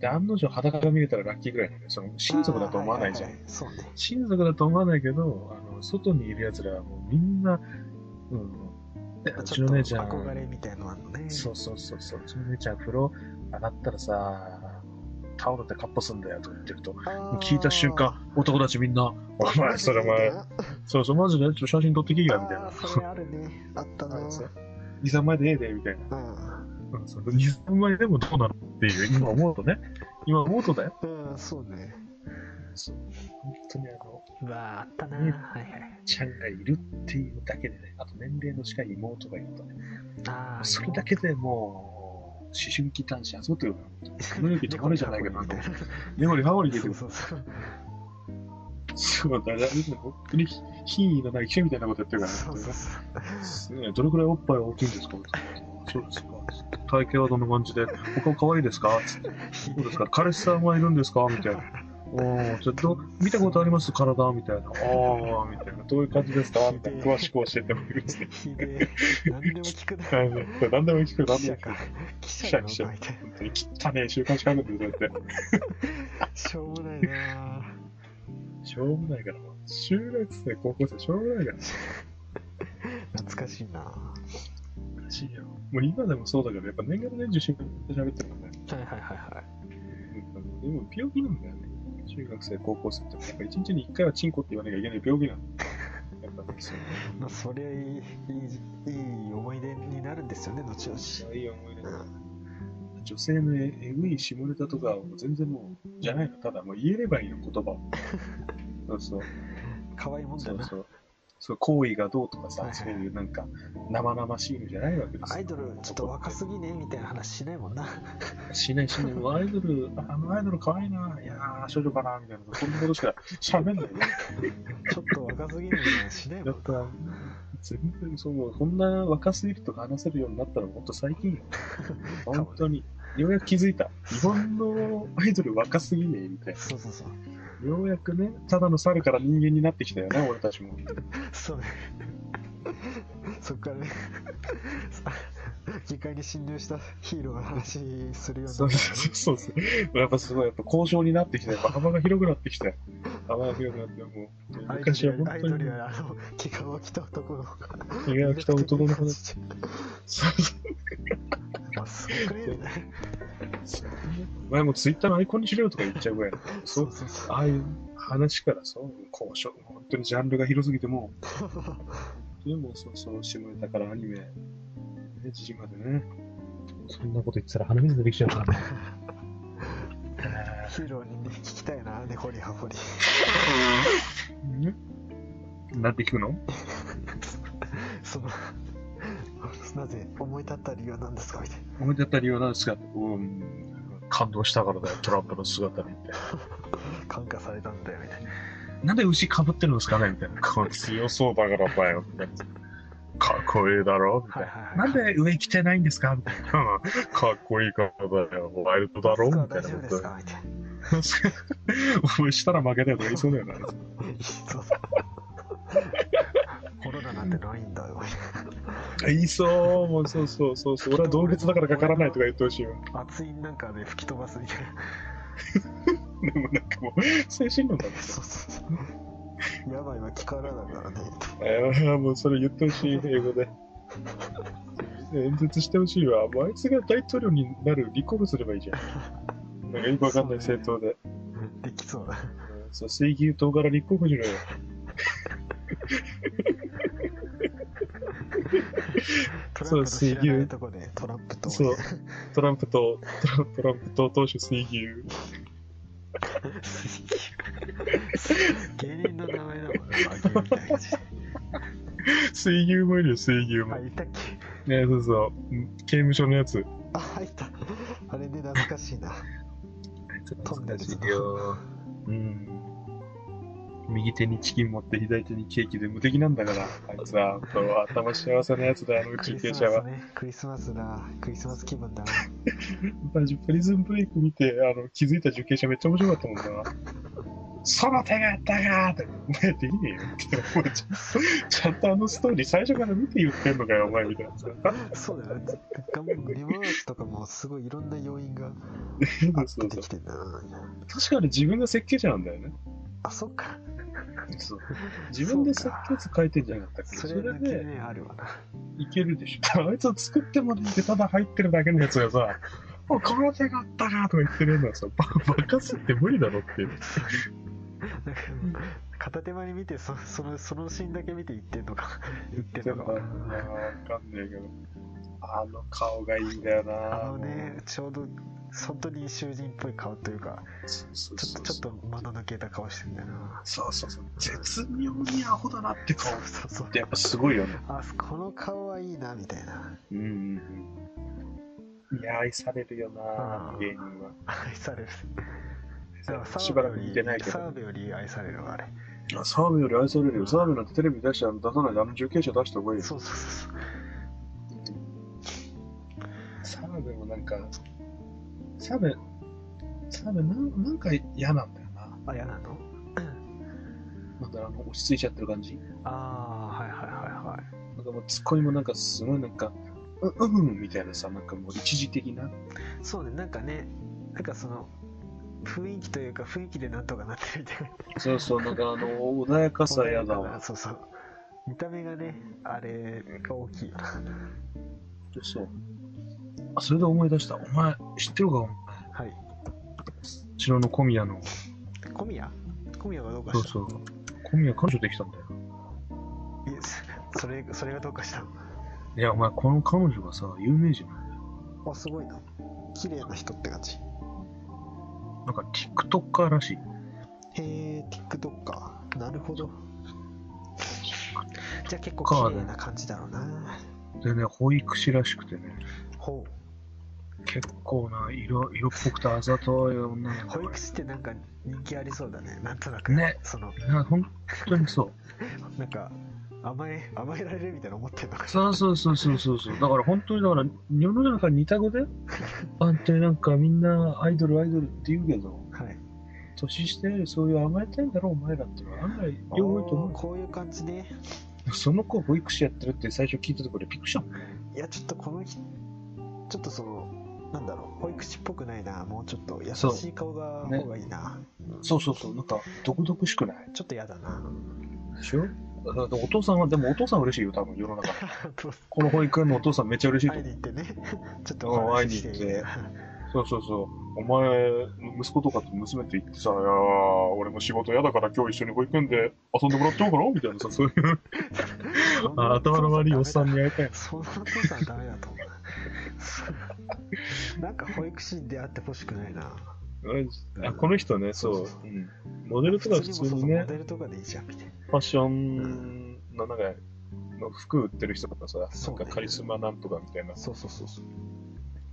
で、案の定裸が見れたらラッキーぐらいなのよ。その親族だと思わないじゃん。あーはははいそうね親族だと思わないけど、あの外にいるやつらはもうみんな、うん、でうちちのょっと姉ちゃん、憧れみたいのあるのねそうそうそうそう、うちの姉ちゃん、風呂上がったらさ、タオルでカッポすんだよと言ってると、もあーう聞いた瞬間、男たちみんな、お前、それお前、そうそう、マジで、ちょっと写真撮ってきいや、みたいあなー。それあるねあったな [LAUGHS] あそう二三枚でええで、みたいな。ううんそう二三枚でもどうなのっていう、今思うとね。今思うとだよ。ん、うん、そうねそう本当にあの、うわああったな、うんはいはいちゃんがいるっていうだけでね、あと年齢の近い妹がいるとね、あーそれだけでもう、思春期男子遊ぶというか、無力止まるじゃないけど、なんか猫に根掘り囲まれて葉掘り出てくそうる。そうそうそうだ、ね、本当に品位のない記者みたいなことやってるからねそうそうそうねどれくらいおっぱい大きいんですかそうですか。体型はどんな感じで、他可愛いですかつってそうですか。彼氏さんはいるんですかみたいな。おーちょっと見たことあります体みたいな。ああ、みたいな。どういう感じですかみたいな。詳しく教えてもらえるんですね。ひでえ何でも聞 [LAUGHS] くなはいねこれ何でも聞く、何記でも聞者くか。記記者者、な記の者かみたい。本当に汚ねえ週刊誌書くんだよ、だって。なしょうもないなしょうもないから、もう中学生、高校生、しょうもないから。懐かしいなはおかしいよ。もう今でもそうだけど、やっぱ年がら年中週刊誌で喋ってるからね。いはいはいはいうんでも病気なんだよね。中学生、高校生って、やっぱ一日に一回はチンコって言わなきゃいけない病気なの。やっぱね、そうまあそりゃいいいいいい思い出になるんですよね後々いやいい思い出だな女性のええぐい下ネタとかはもう全然もう、じゃないの、ただもう言えればいいの、言葉を。そうそう、可愛いもんだそようなそう。そう行為がどうとかはいさ、はいそういうなんか生々しいのじゃないわけですよアイドルちょっと若すぎねみたいな話しないもんな [LAUGHS] しないしない、もうアイドル、ああのアイドル可愛いな、いやー、少女かな、みたいな、そんなことしか喋んないよ。ちょっと若すぎるみたいなしないやもっんぱ、全然そう、こんな若すぎると話せるようになったのも、ほんと最 [LAUGHS] 近よ。本当に。ようやく気づいた。日本のアイドル若すぎねえみたいそうそうそうな。ようやくね、ただの猿から人間になってきたよね、俺たちも。そうねそっからね議会に侵入したヒーローの話するようにそなうったそうそうそう。やっぱすごい、やっぱ交渉になってきたよ。幅が広くなってきたよ。幅が広くなって、もう、アイ昔ドはルア本イ当ドにル、はあの気が起きた男の気が来た男の話。そうそうまあ、すごくねお前もツイッターのアイコンにしろよとか言っちゃう [LAUGHS] ぐらいだからそそううそうそう。ああいう話からそう交渉本当にジャンルが広すぎて [LAUGHS] もうでもそうその下ネタからアニメね時事までねそんなこと言ってたら鼻水出てきちゃうからねヒーローにね、聞きたいな、ねほりはほり。うんなんて聞くのその、なぜ思い立った理由は何ですかみたい思い出った理由は何ですかうん感動したからだよトランプの姿見てな。感化されたんだよ、みたいな。なんで牛かぶってるんですかねみたいな。こう強そうだからだよ。みたいなかっこいいだろみたいはいはいはな。ないんで上着てないんですかみたいな。 [LAUGHS] かっこいいからだよ。ワイルドだろみマスクたなはい大丈夫ですかみたいな。 [LAUGHS] こと。お前したら負けだよ。言いそうだよな。そうそう [LAUGHS] コロナなんてないんだよ、みたい言いそう。もうそうそうそうそう。俺は同列だからかからないとか言ってほしいよ。な。熱いなんかで吹き飛ばすみたいな。でもなんかもう、精神論だもんね。そうそうそう。やばいは気からだからね。いやもうそれ言ってほしい、英語で。演説してほしいわ。もうあいつが大統領になる、立候補すればいいじゃん。なんかよくわかんない政党で。できそうだ。そう、水牛党から立候補しろよ。トランプそうの知らないとこでトランプと。そう、トランプと、トラトランプ党党首水牛。芸人の名前だもんね。まあ芸人みたいな感じ水牛もいるよ、水牛もあ、。いたっけね、そうそう。ん刑務所のやつ。あ、いた。あれで懐かしいな。飛んでるよ。うん。右手にチキン持って左手にケーキで無敵なんだから、あいつは、本当は頭幸せなやつだよ、あの宇ク宙リス停マ車スは。ね。クリスマスだ。クリスマス気分だな。私、プリズンブレイク見て、あの、気づいた受刑者めっちゃ面白かったもんな。その手があったかーって、 [LAUGHS] お前できねえよって。お前ちゃんちゃんとあのストーリー最初から見て言ってんのかよ、お前みたいなさ。そうだよね。画面リバースとかもすごいいろんな要因がそ出うそてうきてんだな。確かに自分が設計者なんだよね。あ、そっか。そう自分で設計図書いてんじゃなかったっけそそれれだけでね、あるわな。いけるでしょ。あいつを作ってもらってただ入ってるだけのやつがさ、おこの手があったかーとか言ってるのはさ、ババカすって無理だろっていう。なんか片手間に見てそその、そのシーンだけ見て言ってんのか。言ってんなのんかか。んねえけど。あの顔がいいんだよな。あのね、ちょうど本当に囚人っぽい顔というか、そうそうちそう。ょっとちょっと間の抜けた顔してんだよな。そうそうそう。絶妙にアホだなってそ顔っうそうそう。てやっぱすごいよね。あ、この顔はいいな、みたいな。うんうん。いや、愛されるよなう、ん芸人は。愛される。だから [LAUGHS] しばらく見てないけど澤。部より愛されるわ、あれ。あ澤部より愛されるよ。澤部なんてテレビ出したら出さないで、あの受刑者出した方がいいよ。そうそうそう澤部もなんか、澤部、澤部なんなんか嫌なんだよな。そう。あ、嫌なのなんだろうあの、落ち着いちゃってる感じ。ああ、はいはいはいはい。なんかもうツッコミもなんかすごいなんか、う、うん、みたいなさ、なんかもう一時的な。そうね、なんかね、なんかその、雰囲気というか、雰囲気でなんとかなってるみたいな。そうそう、なんかあの、穏やかさ嫌だわ。そうそう。見た目がね、あれが大きいよな。そう。あ、それで思い出した。お前、知ってるかお前。うはい。ちの小宮の。小宮小宮がどうかそうしたそう。小宮彼女できたんだよ。いやそそれ、それがどうかしたいや、お前、この彼女がさ、有名人なんだよ。あ、すごいな。綺麗な人って感じ。なんか TikToker らしい。へえ、TikTok か。なるほど。じゃあ結構か綺麗な感じだろうな。でね、保育士らしくてね、ほう。結構な色、色っぽくてあざとい女の子が保育士ってなんか人気ありそうだね。なんとなく。ねその、いや、本当にそう。なんか、甘え、甘えられるみたいな思ってんのか。そうそうそうそうそうそう。だから本当にだから世の中似た子 [LAUGHS] で、あんてなんかみんなアイドルアイドルって言うけど、はい。年してそういう甘えたいんだろお前らってのは案外よう多いとおー思こういう感じね。う。その子保育士やってるって最初聞いたところでびっくりしたもん。いや、ちょっとこの人、ちょっとその、なんだろう、保育士っぽくないな。もうちょっと優そうしい顔が、ね方がいいな。そうそうそう、なんか毒々しくないちょっと嫌だな。でしょだからお父さんは、でもお父さんは嬉しいよ、多分世の中。とこの保育園のお父さんめっちゃ嬉しいと [LAUGHS] 会い思う。に行ってね [LAUGHS] ちょっとお話しして会いに行っ [LAUGHS] そうそうそう。お前、息子とかと娘と行ってさ、いやー俺も仕事嫌だから今日一緒に保育園で遊んでもらっちゃおうかなみたいなさ、そういうあ頭の悪いおっさんに会いたい。そのお父さんはダメだと思う [LAUGHS] なんか保育士に出会ってほしくないなあこの人ね、そう、うんモデルとか普通にねモ、デルとかでいいじゃんみたいなファッションのなんか、の服売ってる人とかさ、そなうんねかカリスマなんとかみたいな、そうそうそうそう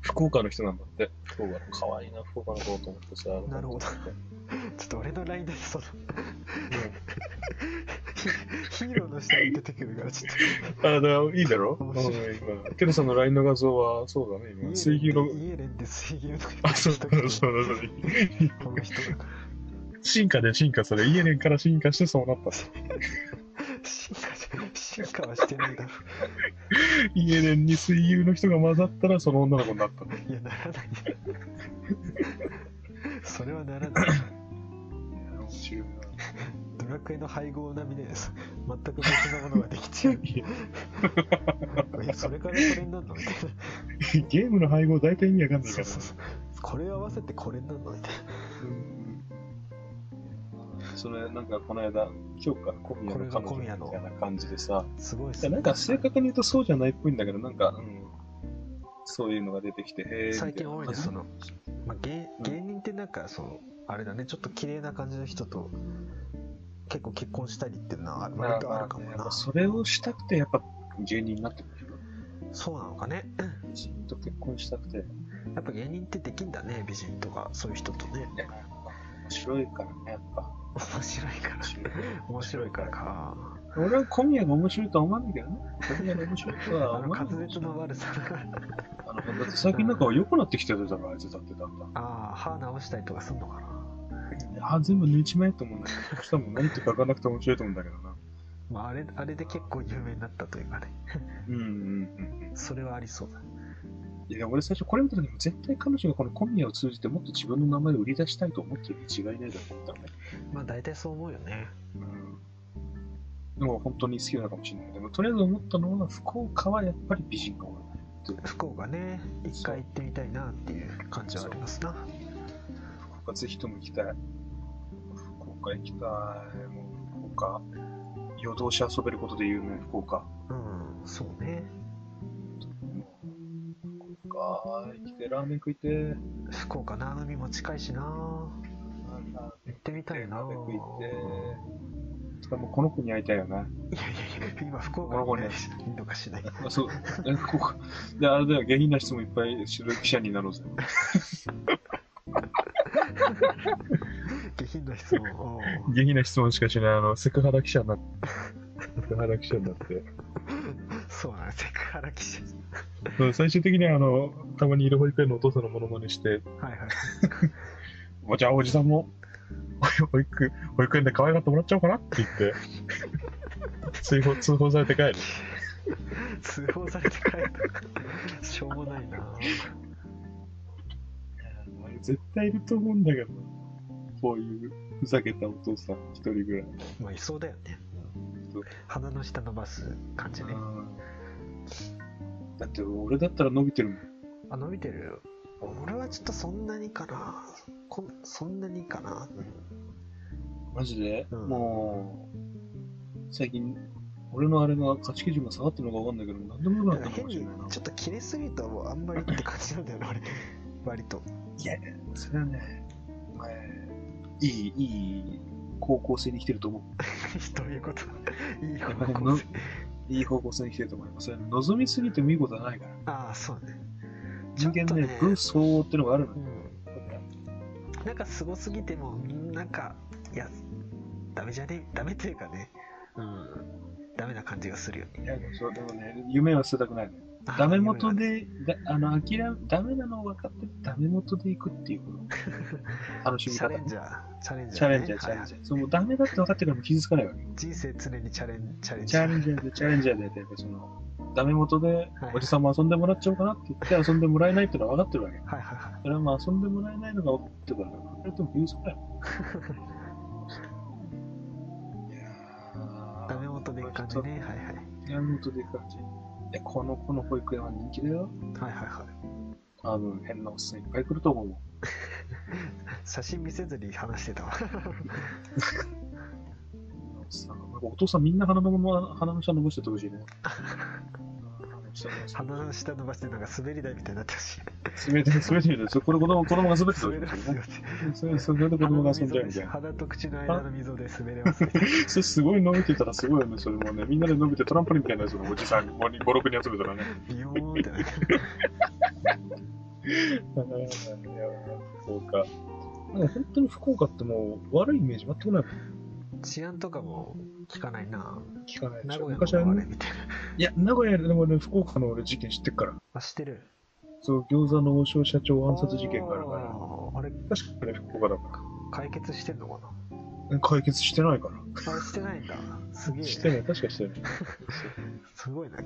福岡の人なんだって。福岡の可愛いな、福岡の子と思ってさ。なるほどちょっと俺の LINE でそのヒーローの下に出てくるからちょっあ、だからいいだろ面白いうん今。ケルさんの LINE の画像は、そうだね、と今。水牛の、イエレンで水牛のあ、そうそうそうそう。この人が進化で進化それ、イエレンから進化してそうなった。進化し進化はしてないだろイエレンに水牛の人が混ざったら、その女の子になった。いやなら [LAUGHS] ないそれはならない面白いなドラクエの配合並みでです [LAUGHS] 全く別なものができち [LAUGHS] ゃういやそれからこれになるのみたいな [LAUGHS] ゲームの配合大体意味わかんないかそうら。そうそうこれを合わせてこれになるのみたいなそれなんかこの間今日か今夜これの彼が今女夜のみたいな感じでさすごいっいすやねなんか正確に言うとそうじゃないっぽいんだけどなんか、うん、そういうのが出てきてへえ最近多いねその、まあ、芸うん芸人ってなんかそのあれだねちょっと綺麗な感じの人と結構結婚したりっていうのは割とあるかもやっなぱそれをしたくてやっぱ芸人になってくるそうなのかね美人と結婚したくて面やっぱ芸人ってできんだね美人とかそういう人とね白いからねやっぱ [LAUGHS] 面白いから面白い面白いからか俺は小宮が面白いとは思わないけどね小宮が面白いとはあの思わない滑舌の悪さだからあのだって最近なんか良くなってきてるだろあいつだってだんだんああ歯直したりとかすんのかなあ全部抜いちまえと思うんだけど、しかも何って書かなくて面白いと思うんだけどな。まあ、あれあれで結構有名になったというかねうんうんうんそれはありそうだうん。いや、俺最初これ見た時も絶対彼女がこの小宮を通じてもっと自分の名前を売り出したいと思ってるに違いないだろうと思ったのね。まあ大体そう思うよねうん。でも本当に好きなのかもしれない。でもとりあえず思ったのは、福岡はやっぱり美人が多い。福岡ね一回行ってみたいなっていう感じはありますな福岡ぜひとも行きたい。福岡行きたい。もう福岡。夜通し遊べることで有名、福岡。うんそうね福岡行きて、ラーメン食いて。福岡な海も近いしな行ってみたいな鍋食いいて。もうこの子に会いたいよね。やいやいや今福岡にいないしいいのかしないあそう。えここで、あれだよ、下品な質問いっぱいする記者になろうぜ。下品な質 [LAUGHS] 問を下品な質問しかしない、あの、セクハラ記者になって。セクハラ記者になって。そうなんセクハラ記者そう最終的には、あの、たまにいる保育園のお父さんのモノマネして、はいはいおじゃあおじさんも、保育保育園で可愛がってもらっちゃおうかなって言って、 [LAUGHS] 通報通報されて帰る。通報されて帰ったしょうもないな絶対いると思うんだけど、こういうふざけたお父さん一人ぐらい。まあいそうだよねそう鼻の下伸ばす感じねだって俺だったら伸びてるもん。あ伸びてる俺はちょっとそんなにかなこんそんなにかなマジで、うんもう、最近、俺のあれが価値基準が下がってるのかわかんないけど、なんでもよくなったのか変もしれにないな。ちょっと切れすぎたもうあんまりって感じなんだよね俺割と [LAUGHS] いや、それはね、前、いい、いい方向性に来てると思う。どういうこと [LAUGHS] いい方向性いい方向性に来てると思います。それ望みすぎてもいいことはないから。ああそうね人ち間ょっとね、ね分相応ってのがあるのうよ。んなんかすごすぎてもなんかいやダメじゃねダメというかねうんダメな感じがするよねいや、そう、でもね、夢は捨てたくないのよ。ダメ元あー夢がねで、だあの諦めダメなのを分かってて、ダメ元で行くっていう [LAUGHS] この楽しみチャ方レ。ンジャーチャレンジチャャーね、レンジャー、チャレンはいジャー。そうもうダメだって分かってからも傷つかないわけ。人生常にチャレンチャレンジチャレンジャーで、チャレンジャーで、やっぱその、ダメ元で、おじさんも遊んでもらっちゃおうかなって言って遊んでもらえないってのは分かってるわけ。はいはいはいそれはまあ遊んでもらえないのが分かってるから、それとも傷つかない。いやーダメ元で行く感じねはいはいやることでいい感じ。で、この子の保育園は人気だよ。はいはいはい多分変なおっさんいっぱい来ると思う。写真見せずに話してたわ [LAUGHS] おっさんなんかお父さんみんな鼻のまま、鼻の下伸ばしててほ [LAUGHS] しいね。鼻の下伸ばしてなんか滑り台みたいになってほしい滑って、滑ってみる。そこれ子供、子供が滑っててほし滑いれでますすよよね。ってそれ、それで子鼻供のが遊んじ溝ゃうみたいでな。鼻と口の間の溝で滑れますみたいなそれすごい伸びてたらすごいよね、それもね。みんなで伸びてトランポリンみたいなやつのおじさん5、6人集めたらね。ビヨーンってなんかそうか。なんか本当に福岡ってもう悪いイメージ全くないもん。治安とかも聞かないな聞かないで名しょ。古屋昔はのあれね、みたいないや、名古屋でもね、福岡の俺事件知ってっから。あ知ってるそう、餃子の王将社長暗殺事件があるから。あーあれ確かに福岡だか解決してんのから。解決してないから。なあしてないんだすげえしてない、確かしてない。すごいな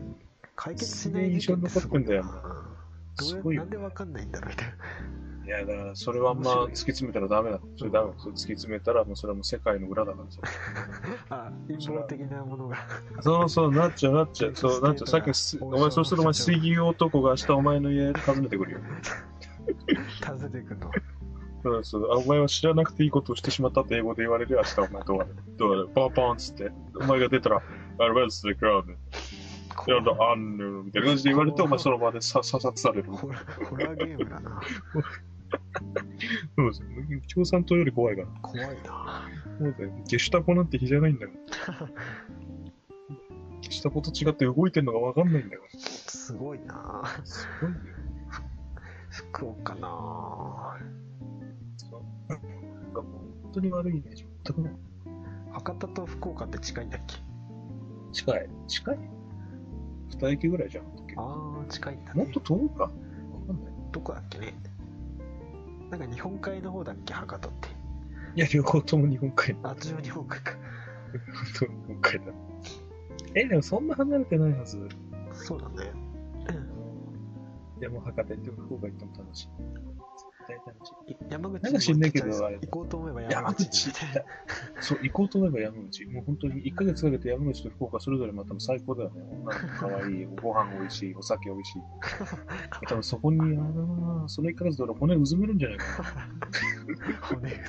解決しない事件ってすごいなすげえ印象にどうすやごいよなんでわかんないんだろうみたいないや、だからそれはあんま突き詰めたらダメだ。それダメだ。それ突き詰めたらもうそれはもう世界の裏だからさ。あ陰謀的なものが [LAUGHS] そうそう、なっちゃう、なっちゃう、そう、なっちゃう、さっきす、お前、そうするとお前、水牛男が明日お前の家訪ねてくるよ。訪ねていくのそうそう、あお前は知らなくていいことをしてしまったって英語で言われるよ、明日お前どうなるどうなるバーパーンっつって、お前が出たら、あれ、ウェルスでクラウド、こクラウド、アンヌみたいな感じで言われて、お前その場でさ刺殺される。ホラーホラーゲームだなそうですよ、共産党より怖いから。怖いなそうだよ、ゲシュタポなんて日じゃないん [LAUGHS] だよ。ゲシュタポと違って動いてるのがわかんないんだよ。すごいなすごいよ。福岡なそうなんかもう本当に悪いイメージ全くない。博多と福岡って近いんだっけ近い近い ?2 駅ぐらいじゃん。あー近いんだもっねと遠いかわかんない。どこだっけねなんか日本海の方だっけ博多っていや、両方とも日本海。あっちも日本海か日本海だ。え、でもそんな離れてないはず。そうだねでも博多行っても福岡行っても楽しい。絶対楽しい。い山口なんか知んないけどにも行あっちゃいそうれ行こうと思えば山口に行ってそう、行こうと思えば山口。もう本当に1ヶ月かけて山口と福岡それぞれまた最高だよね。女の子かわいい、ご飯美味しい、お酒美味しい。多分そこに、あのその1ヶ月で俺骨うずめるんじゃないかな。骨うずめ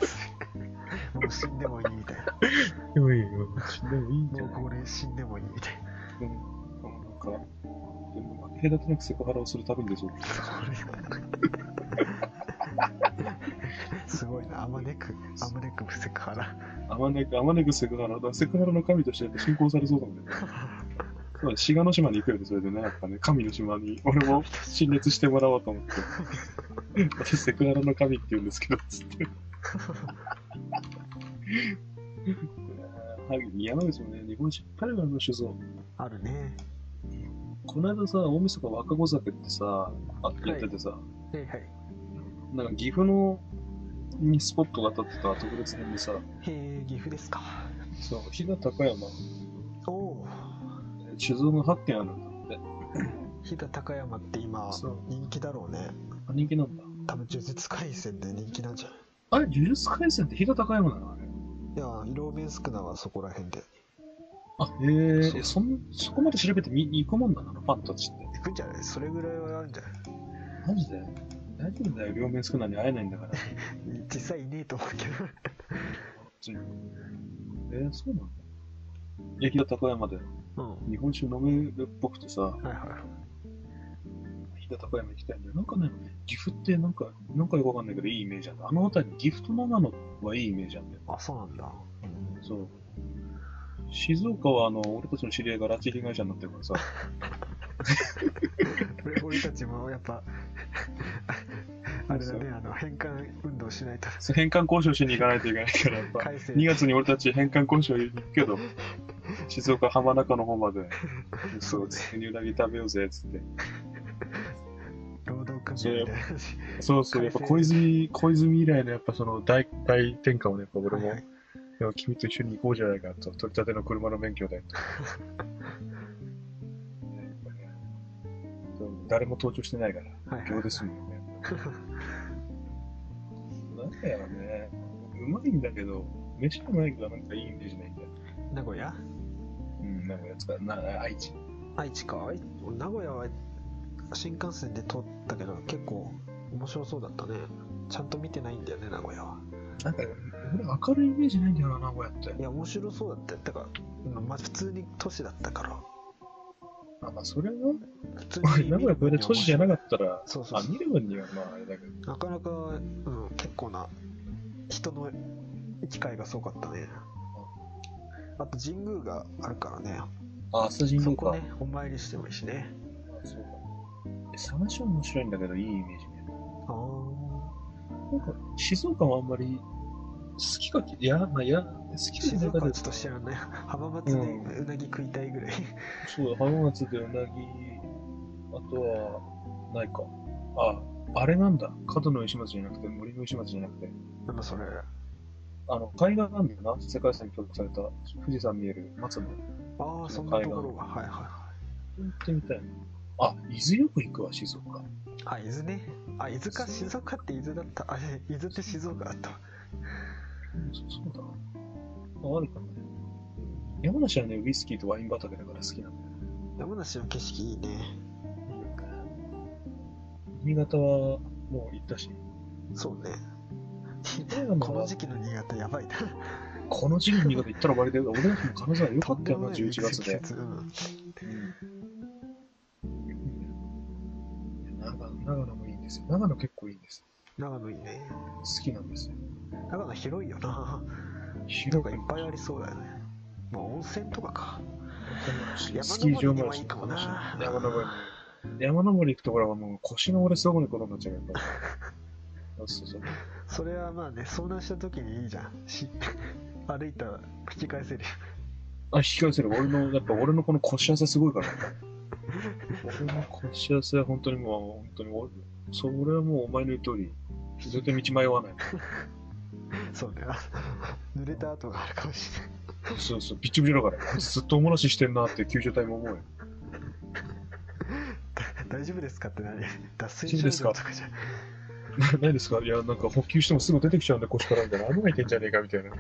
もう死んでもいいみたいな。いやいや、死んでもいいんじゃもなういこれ死んでもいいみたいな。うん、なんか、でも負け隔てなくセクハラをするためにですよ。すごいな、あまねく、あまねくセクハラ。あまねく、あまねくセクハラ、だからセクハラの神としてやっぱ信仰されそうなんだよね。そうだ志賀の島に行くよね、それでね、やっぱね、神の島に、俺も陳列してもらおうと思って。私、セクハラの神って言うんですけど、つって。ハギ山口もね、日本酒いっぱいあるからな酒造。あるね。この間さ、大晦日若子酒ってさ、あやっててさ、はいはい。なんか岐阜のにスポットが当たってた特別展でさ、へえ、岐阜ですか。そう、飛騨高山、おお。酒造が8軒あるんだって。飛騨高山って今そう、人気だろうね。あ人気なんだ。多分、呪術廻戦で人気なんじゃないあれ、呪術廻戦って飛騨高山なのあれ。いや、色面少なはそこら辺で。あ、へそうえ、そんそこまで調べてみ行くもんだな、ファンたちって。行くんじゃないそれぐらいはあるんじゃないマジで大丈夫だよ、両面少ないに会えないんだから。実際いねえと思うけど。えー、そうなんだ。いや飛騨高山でうん。日本酒飲めるっぽくてさ、はいはい。飛騨高山行きたいんだよ。なんかね、岐阜ってなんか、なんかよくわかんないけど、いいイメージなんだ。あの辺り、岐阜と長野はいいイメージなんだよ。あ、そうなんだ。そう。静岡は、あの、俺たちの知り合いが拉致被害者になってるからさ、 [LAUGHS] 俺 [LAUGHS] 俺たちもやっぱ、あれだね、あの返還運動しないと、返還交渉しに行かないといけないから、やっぱ。改正2月に俺たち返還交渉行くけど、静岡浜中の方まで、そう、つにうなぎ食べようぜ、つって。労働組合みたいな話。そうそう、やっぱ小泉、小泉以来のやっぱその大、大転換をね、やっぱ俺も、はいはいいや君と一緒に行こうじゃないかと、取り立ての車の免許 [LAUGHS] で。そう誰も登場してないから。はいはい秒ですもんね。 [LAUGHS] なんだよね。うまいんだけど、飯うまいからなんかいいイメージないんだよ。名古屋うん、名古屋使う、な愛知。愛知か愛名古屋は新幹線で通ったけど結構面白そうだったねちゃんと見てないんだよね名古屋はなんか、俺明るいイメージないんだよな、名古屋ってい。や面白そうだったよだから、うんまあ、普通に都市だったからあまあ、それは、普通名に見る古屋これで都市じゃなかったら、そうそうあ、そう見る分にはまああれだけど、なかなか、うん、結構な人の機会がすごかったねあと神宮があるからねあ、明日神そ宮こか。ねお参りしてもいいしねそうか。え探しは面白いんだけど、いいイメージね。あなんか、静岡はあんまり好きかき、いや、まあ、いや、好きあか静どう岡かはでちょっと知らない浜松でうなぎ食いたいぐら [LAUGHS] い、そう、浜松でうなぎ、あとは、ないか。あ、あれなんだ。角の石松じゃなくて、森の石松じゃなくて、でもそれあの、海岸なんだよな。世界遺産に登録された、富士山見える松の。ああそそんのな海と岸ころがはいはいはい行ってみたいな。あ、伊豆よく行くわ、静岡。あ、伊豆ね。あ、伊豆か、そう静岡って伊豆だった。あ、え伊豆って静岡だった。うんそそうだ。あ、あるかもね。山梨はね、ウイスキーとワイン畑だから好きなんだよ。山梨の景色いいね。新潟はもう行ったし、そうね。ここのの時期の新潟 [LAUGHS] やばいな。この時期に新潟行ったら終わりだよ。俺たちも金沢よかとったんでよもな、ない11月季で。節。うん。うん長野長野もいいんですよ。長野結構いいんです。長野いいね。好きなんですよ。長野広いよな。 [LAUGHS] なん広かくいっぱいありそうだよね。まあ温泉とかか。スキー場もあるし、山登りにはいいかもな山登り。山登り行くところはもう腰の折れそうに転んだっちゃうから [LAUGHS] そうそうそれはまあね、遭難した時にいいじゃん。し [LAUGHS] 歩いたら吹き返せるよ。 [LAUGHS] あ、引き返せる。俺の、やっぱ俺のこの腰汗すごいから。俺の腰汗は本当にもう、本当に俺、それはもうお前の言う通り、絶対道迷わない。そうね。あ [LAUGHS] 濡れた跡があるかもしれない。そうそう、びっちょびちょだから、こいつずっとおもらししてんなって救助隊も思うよ。 [LAUGHS] 大丈夫ですかって何脱大丈水夫症です状かとかじゃん。なないですかいや、なんか補給してもすぐ出てきちゃうんで腰からみたいな。穴がいてんじゃねえかみたいな。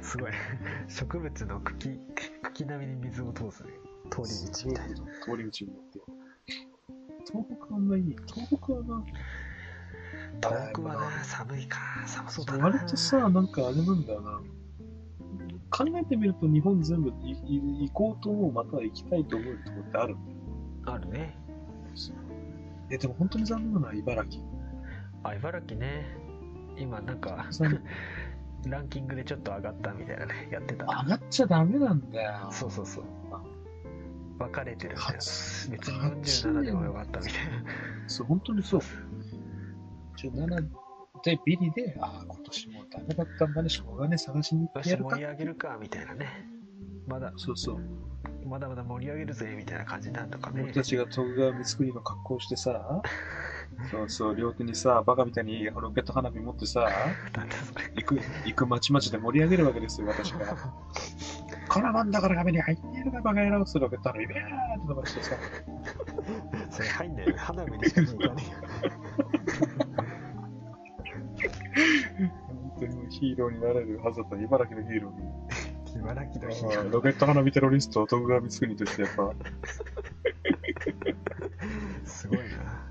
すごい [LAUGHS] 植物の茎茎並みに水を通す通り道みたいな通り道になって。東北はあんまいい。東北はな、遠くはな寒いか寒そうだな割とさ、なんかあれなんだよな。考えてみると日本全部いい行こうと思う、または行きたいと思うところってあるんだよ。あるねえ、でも本当に残念なのは茨城。あ茨城ね今なんか残 [LAUGHS] 念ランキングでちょっと上がったみたいなねやってた上がっちゃダメなんだよ。そうそうそう分かれてるんだよ別初に47でもよかったみたいそう、本当にそう。17でビリで、ああ、今年もダメだったんだね、しょうがねえ、探しに行っなよてしやるか盛り。上げるかみたいなねまだそうそう。まだまだ盛り上げるぜみたいな感じなんとかね俺たちが徳川光圀の格好をしてさ、そうそう、両手にさ、バカみたいにロケット花火持ってさ、なんだそれ行く、行く町々で盛り上げるわけですよ、私が。こんなもんだから画面に入ってやるか、バカ野郎ってロケット花火、ビャーって飛ばしてさ、それ入んないよね花火にしか向かね [LAUGHS] えよ本当にもうヒーローになれるはずだった茨城のヒーローに。茨城の日ああロケット花火テロリスト、徳川光圀としてやっぱ、すごいな。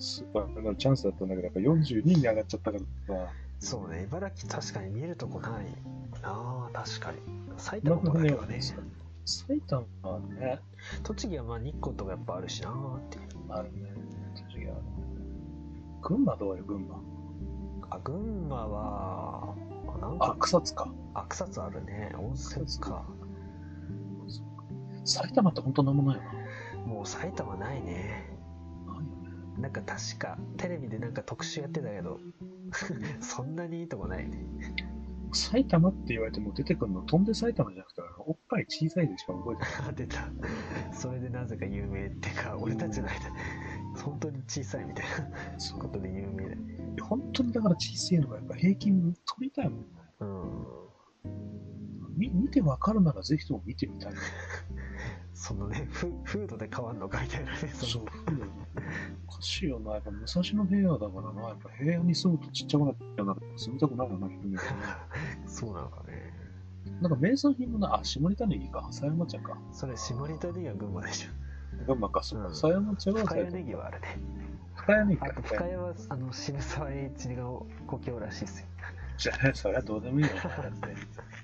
スーパーのチャンスだったんだけど、やっぱ42に上がっちゃったからさ、そうね、茨城確かに見るとこないなあ確かに。埼な玉んかもだけねどね、、埼玉はね、栃木はまあ日光とかやっぱあるしなあっていう。あるね、栃木はあるね。群馬どうよ、群馬。あ、群馬は、あなんあか、、草津か。あ、草津あるね、温泉か。埼玉って本当なんもないよな。ないもう埼玉ないね。よね。なんか確か、テレビでなんか特集やってたけど、 [LAUGHS] そんなにいいとこないね。 [LAUGHS] 埼玉って言われても出てくるの、飛んで埼玉じゃなくて、おっぱい小さいでしか覚えてない。あ出た。それでなぜか有名ってか、俺たちの間、本当に小さいみたいそなこう。とで有名だよね。本当にだから小さいのが、やっぱ平均取りたいもんね。うん。み見てわかるなら、ぜひとも見てみたい。そのね、フフードで変わんのかみたいなね、そそうの、おかしいよな、やっぱ武蔵野平野だからな、やっぱ平野に住むとちっちゃくなっちゃうなら住みたくないよな、人に。そうなのかね。なんか名産品もな、あ、下仁田ネギか、狭山茶か。それ下仁田ネギは群馬でしょ群馬か、そううか。ん狭山茶が深埼谷玉ネギはあるね深谷ネギあとか。深谷はあの渋沢栄一が故郷らしいですよじゃあ、それはどうでもいいよ。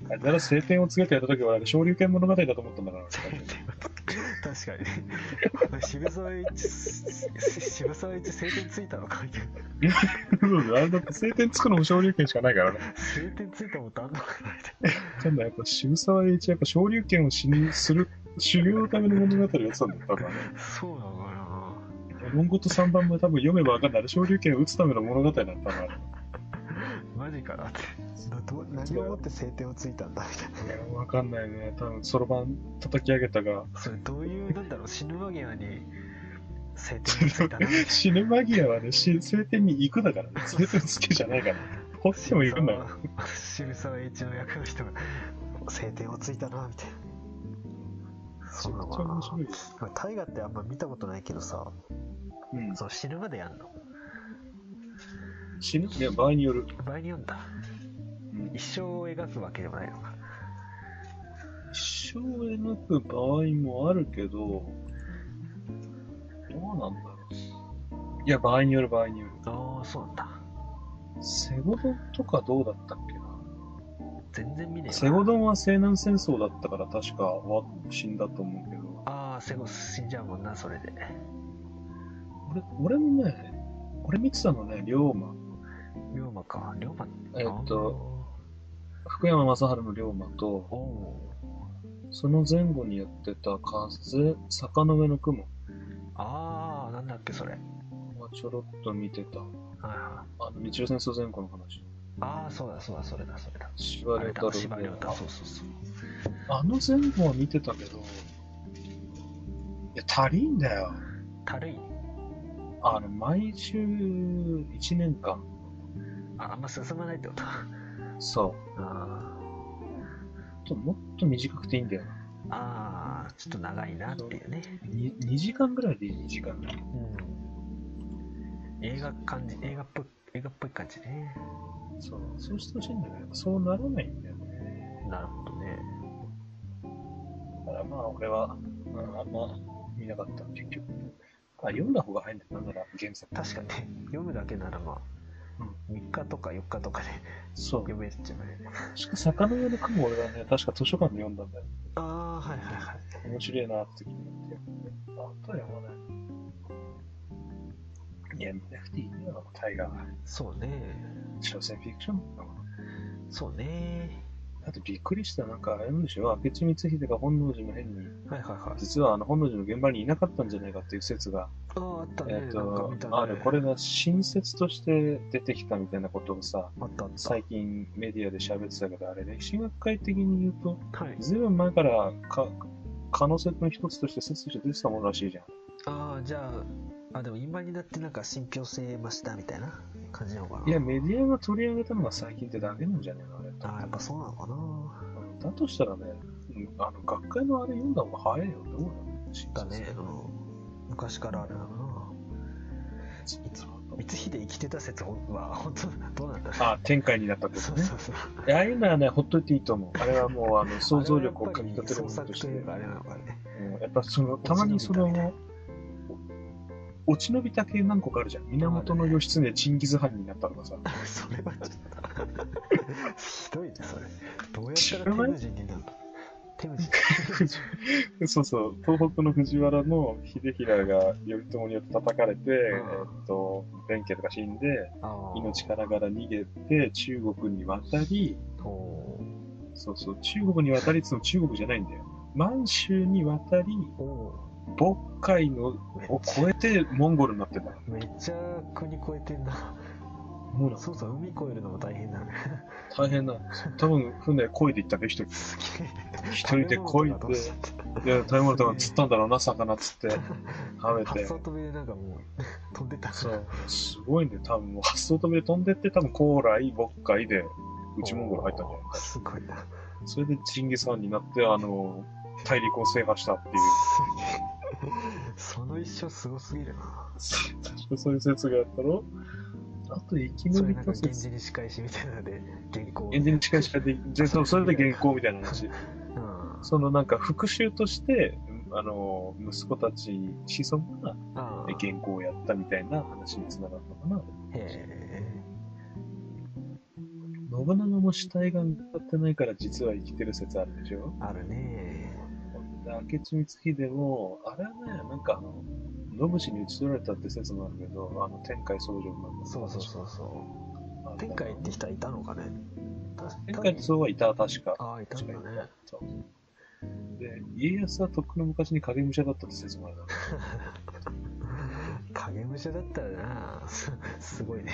あれだろ、晴天を告げてやった時は、昇竜拳物語だと思ったんだ [LAUGHS] から。確かにね渋沢栄一渋沢栄一晴天ついたのかみたいなうんあれだって晴天つくのも昇竜拳しかないからね。晴天ついたことあんのかなみたないんだ、やっぱ渋沢栄一、やっぱ昇竜拳を死にする、 [LAUGHS] 修行のための物語をやってたんだったからね。なそうなのかな論語と3番も多分読めばわかんない。あれ昇竜拳を打つための物語だったんだから。マジかなってどど何をもって晴天をついたんだみたいないや、わかんないね。多分そろばん叩き上げたが、それどういうなんだろう死ぬ間際に晴天をついたなみたい [LAUGHS] な死ぬ間際はね、し晴天に行くだからね。晴天つけじゃないから。こっちも行くんだよ。渋沢栄一の役の人が晴天をついたなみたいなめちゃそくうなのちゃか面な白いよ。まあ大河ってあんま見たことないけどさうん。そう死ぬまでやんの死ぬいや、場合による。場合によんだ一生を描くわけでもないのか一生描く場合もあるけど、どうなんだろう。いや、場合による場合による。ああそうなんだセゴドンとかどうだったっけな。全然見ねえセゴドンは西南戦争だったから確かわ死んだと思うけど、ああセゴ死んじゃうもんなそれで俺、俺もね、俺見てたのね、龍馬。龍馬か龍馬えっと、福山雅治の龍馬とあー、おその前後にやってた風、坂の上の雲ーあーなんだっけそれはいはちょろっと見てた。はいあの、日露戦争前後の話。ああそうだそうだそれだそれだ司あ馬れ遼だ太司馬遼郎太そうそうそうあの前後は見てたけど、いや、足りんだよ。たるいあの、毎週1年間、ああんま進まないってことあそーう、ともっと短くていいんだよ。あーちょっと長いなっていうね 2, 時間ぐらいでいい、2時間ぐらい。うん映画感じ映画っぽい映画っぽい感じねそう、そうしてほしいんだけど、そうならないんだよね。なるほどねだからまあ、俺は、うん、あんま見なかった、結局。あ、読んだ方が早いんだよ、なんなら原作。確かにね読むだけならまあ、3日とか4日とかでそう読。めちゃうねしかも、坂の上の雲、俺はね、確か図書館で読んだんだよ。ああはいはいはい面白いなって時に思って。あとは読まない。いや、見なくていいよ、タイガー。そうね所詮フィクションだからそうねだってびっくりした、なんかあれなんでしょ、明智光秀が本能寺の変に、はいはいはい実はあの本能寺の現場にいなかったんじゃないかっていう説が、あああったね、えっなんかと見たね、ある、これが新説として出てきたみたいなことをさ、あったあった最近メディアで喋ってたけど、あれ、歴史学会的に言うと、はいずいぶん前からか可能性の一つとして説として出てたものらしいじゃん。ああじゃああでも今になってなんか信憑性増したみたいな感じなのかないや、メディアが取り上げたのが最近ってだけなんじゃねえのあれああやっぱそうなのかなうんだとしたらね、うんあの学会のあれ読んだ方が早いよって思うよ。だねうん昔からあれだな新説光秀生きてた説は本当どうなんだろうあ、展開になったってこそとうねそ。うそういやああいうのはね、ほっといていいと思う。あれはもう、あの想像力をかき立てるも創のと作してと。いうかあれなのかねうんやっぱその、たまにその落ち延びた、落ち延びた系何個かあるじゃん。源義経、チンギス・ハンになったと [LAUGHS] かさ。 [LAUGHS] それはちょっとひどいねそれどうやったらテムジンになるの [LAUGHS] テムジンそうそう、東北の藤原の秀衡が頼朝によって叩かれて、えっと、弁慶とか死んで、あー命からがら逃げて、中国に渡り、おそうそう、中国に渡り、その中国じゃないんだよ。満州に渡り、ーお渤海のーめっをちゃ越えてモンゴルになってんだから。めっちゃ国越えてんなもうなそうそう海越えるのも大変だね大変な。多分船漕いで行ったね、一人。すげえ一人で漕いで、いや、食べ物とか釣ったんだろうな、魚釣って、はめ発て想。飛びでなんかもう飛んでたそう、すごいね、多分もう発想止めで飛んでって、多分高麗、渤海で、内モンゴル入ったんじゃないおーすごいなすそれでチンギス・ハンになって、あの、大陸を制覇したっていう。げえその一生すごすぎるな [LAUGHS] 確かそういう説があったろああと生きそう延びいうなんかた源説氏に仕返しみたいなので原稿現実に近いしかででそうそれで原稿みたいな話うんそのなんか復讐としてあの息子たち子孫がああ原稿をやったみたいな話につながったかなへえ信長も死体が見つかってないから実は生きてる説あるでしょあるねで明智光秀もあれはねなんかあの野武士に打ち取られたって説もあるけどあの天海僧正なんだそうそうそうそうう天海って人はいたのかね確天海って僧はいた確かああいたんだねそうで家康はとっくの昔に影武者だったって説もあるだろ影武者だったらなすすごいね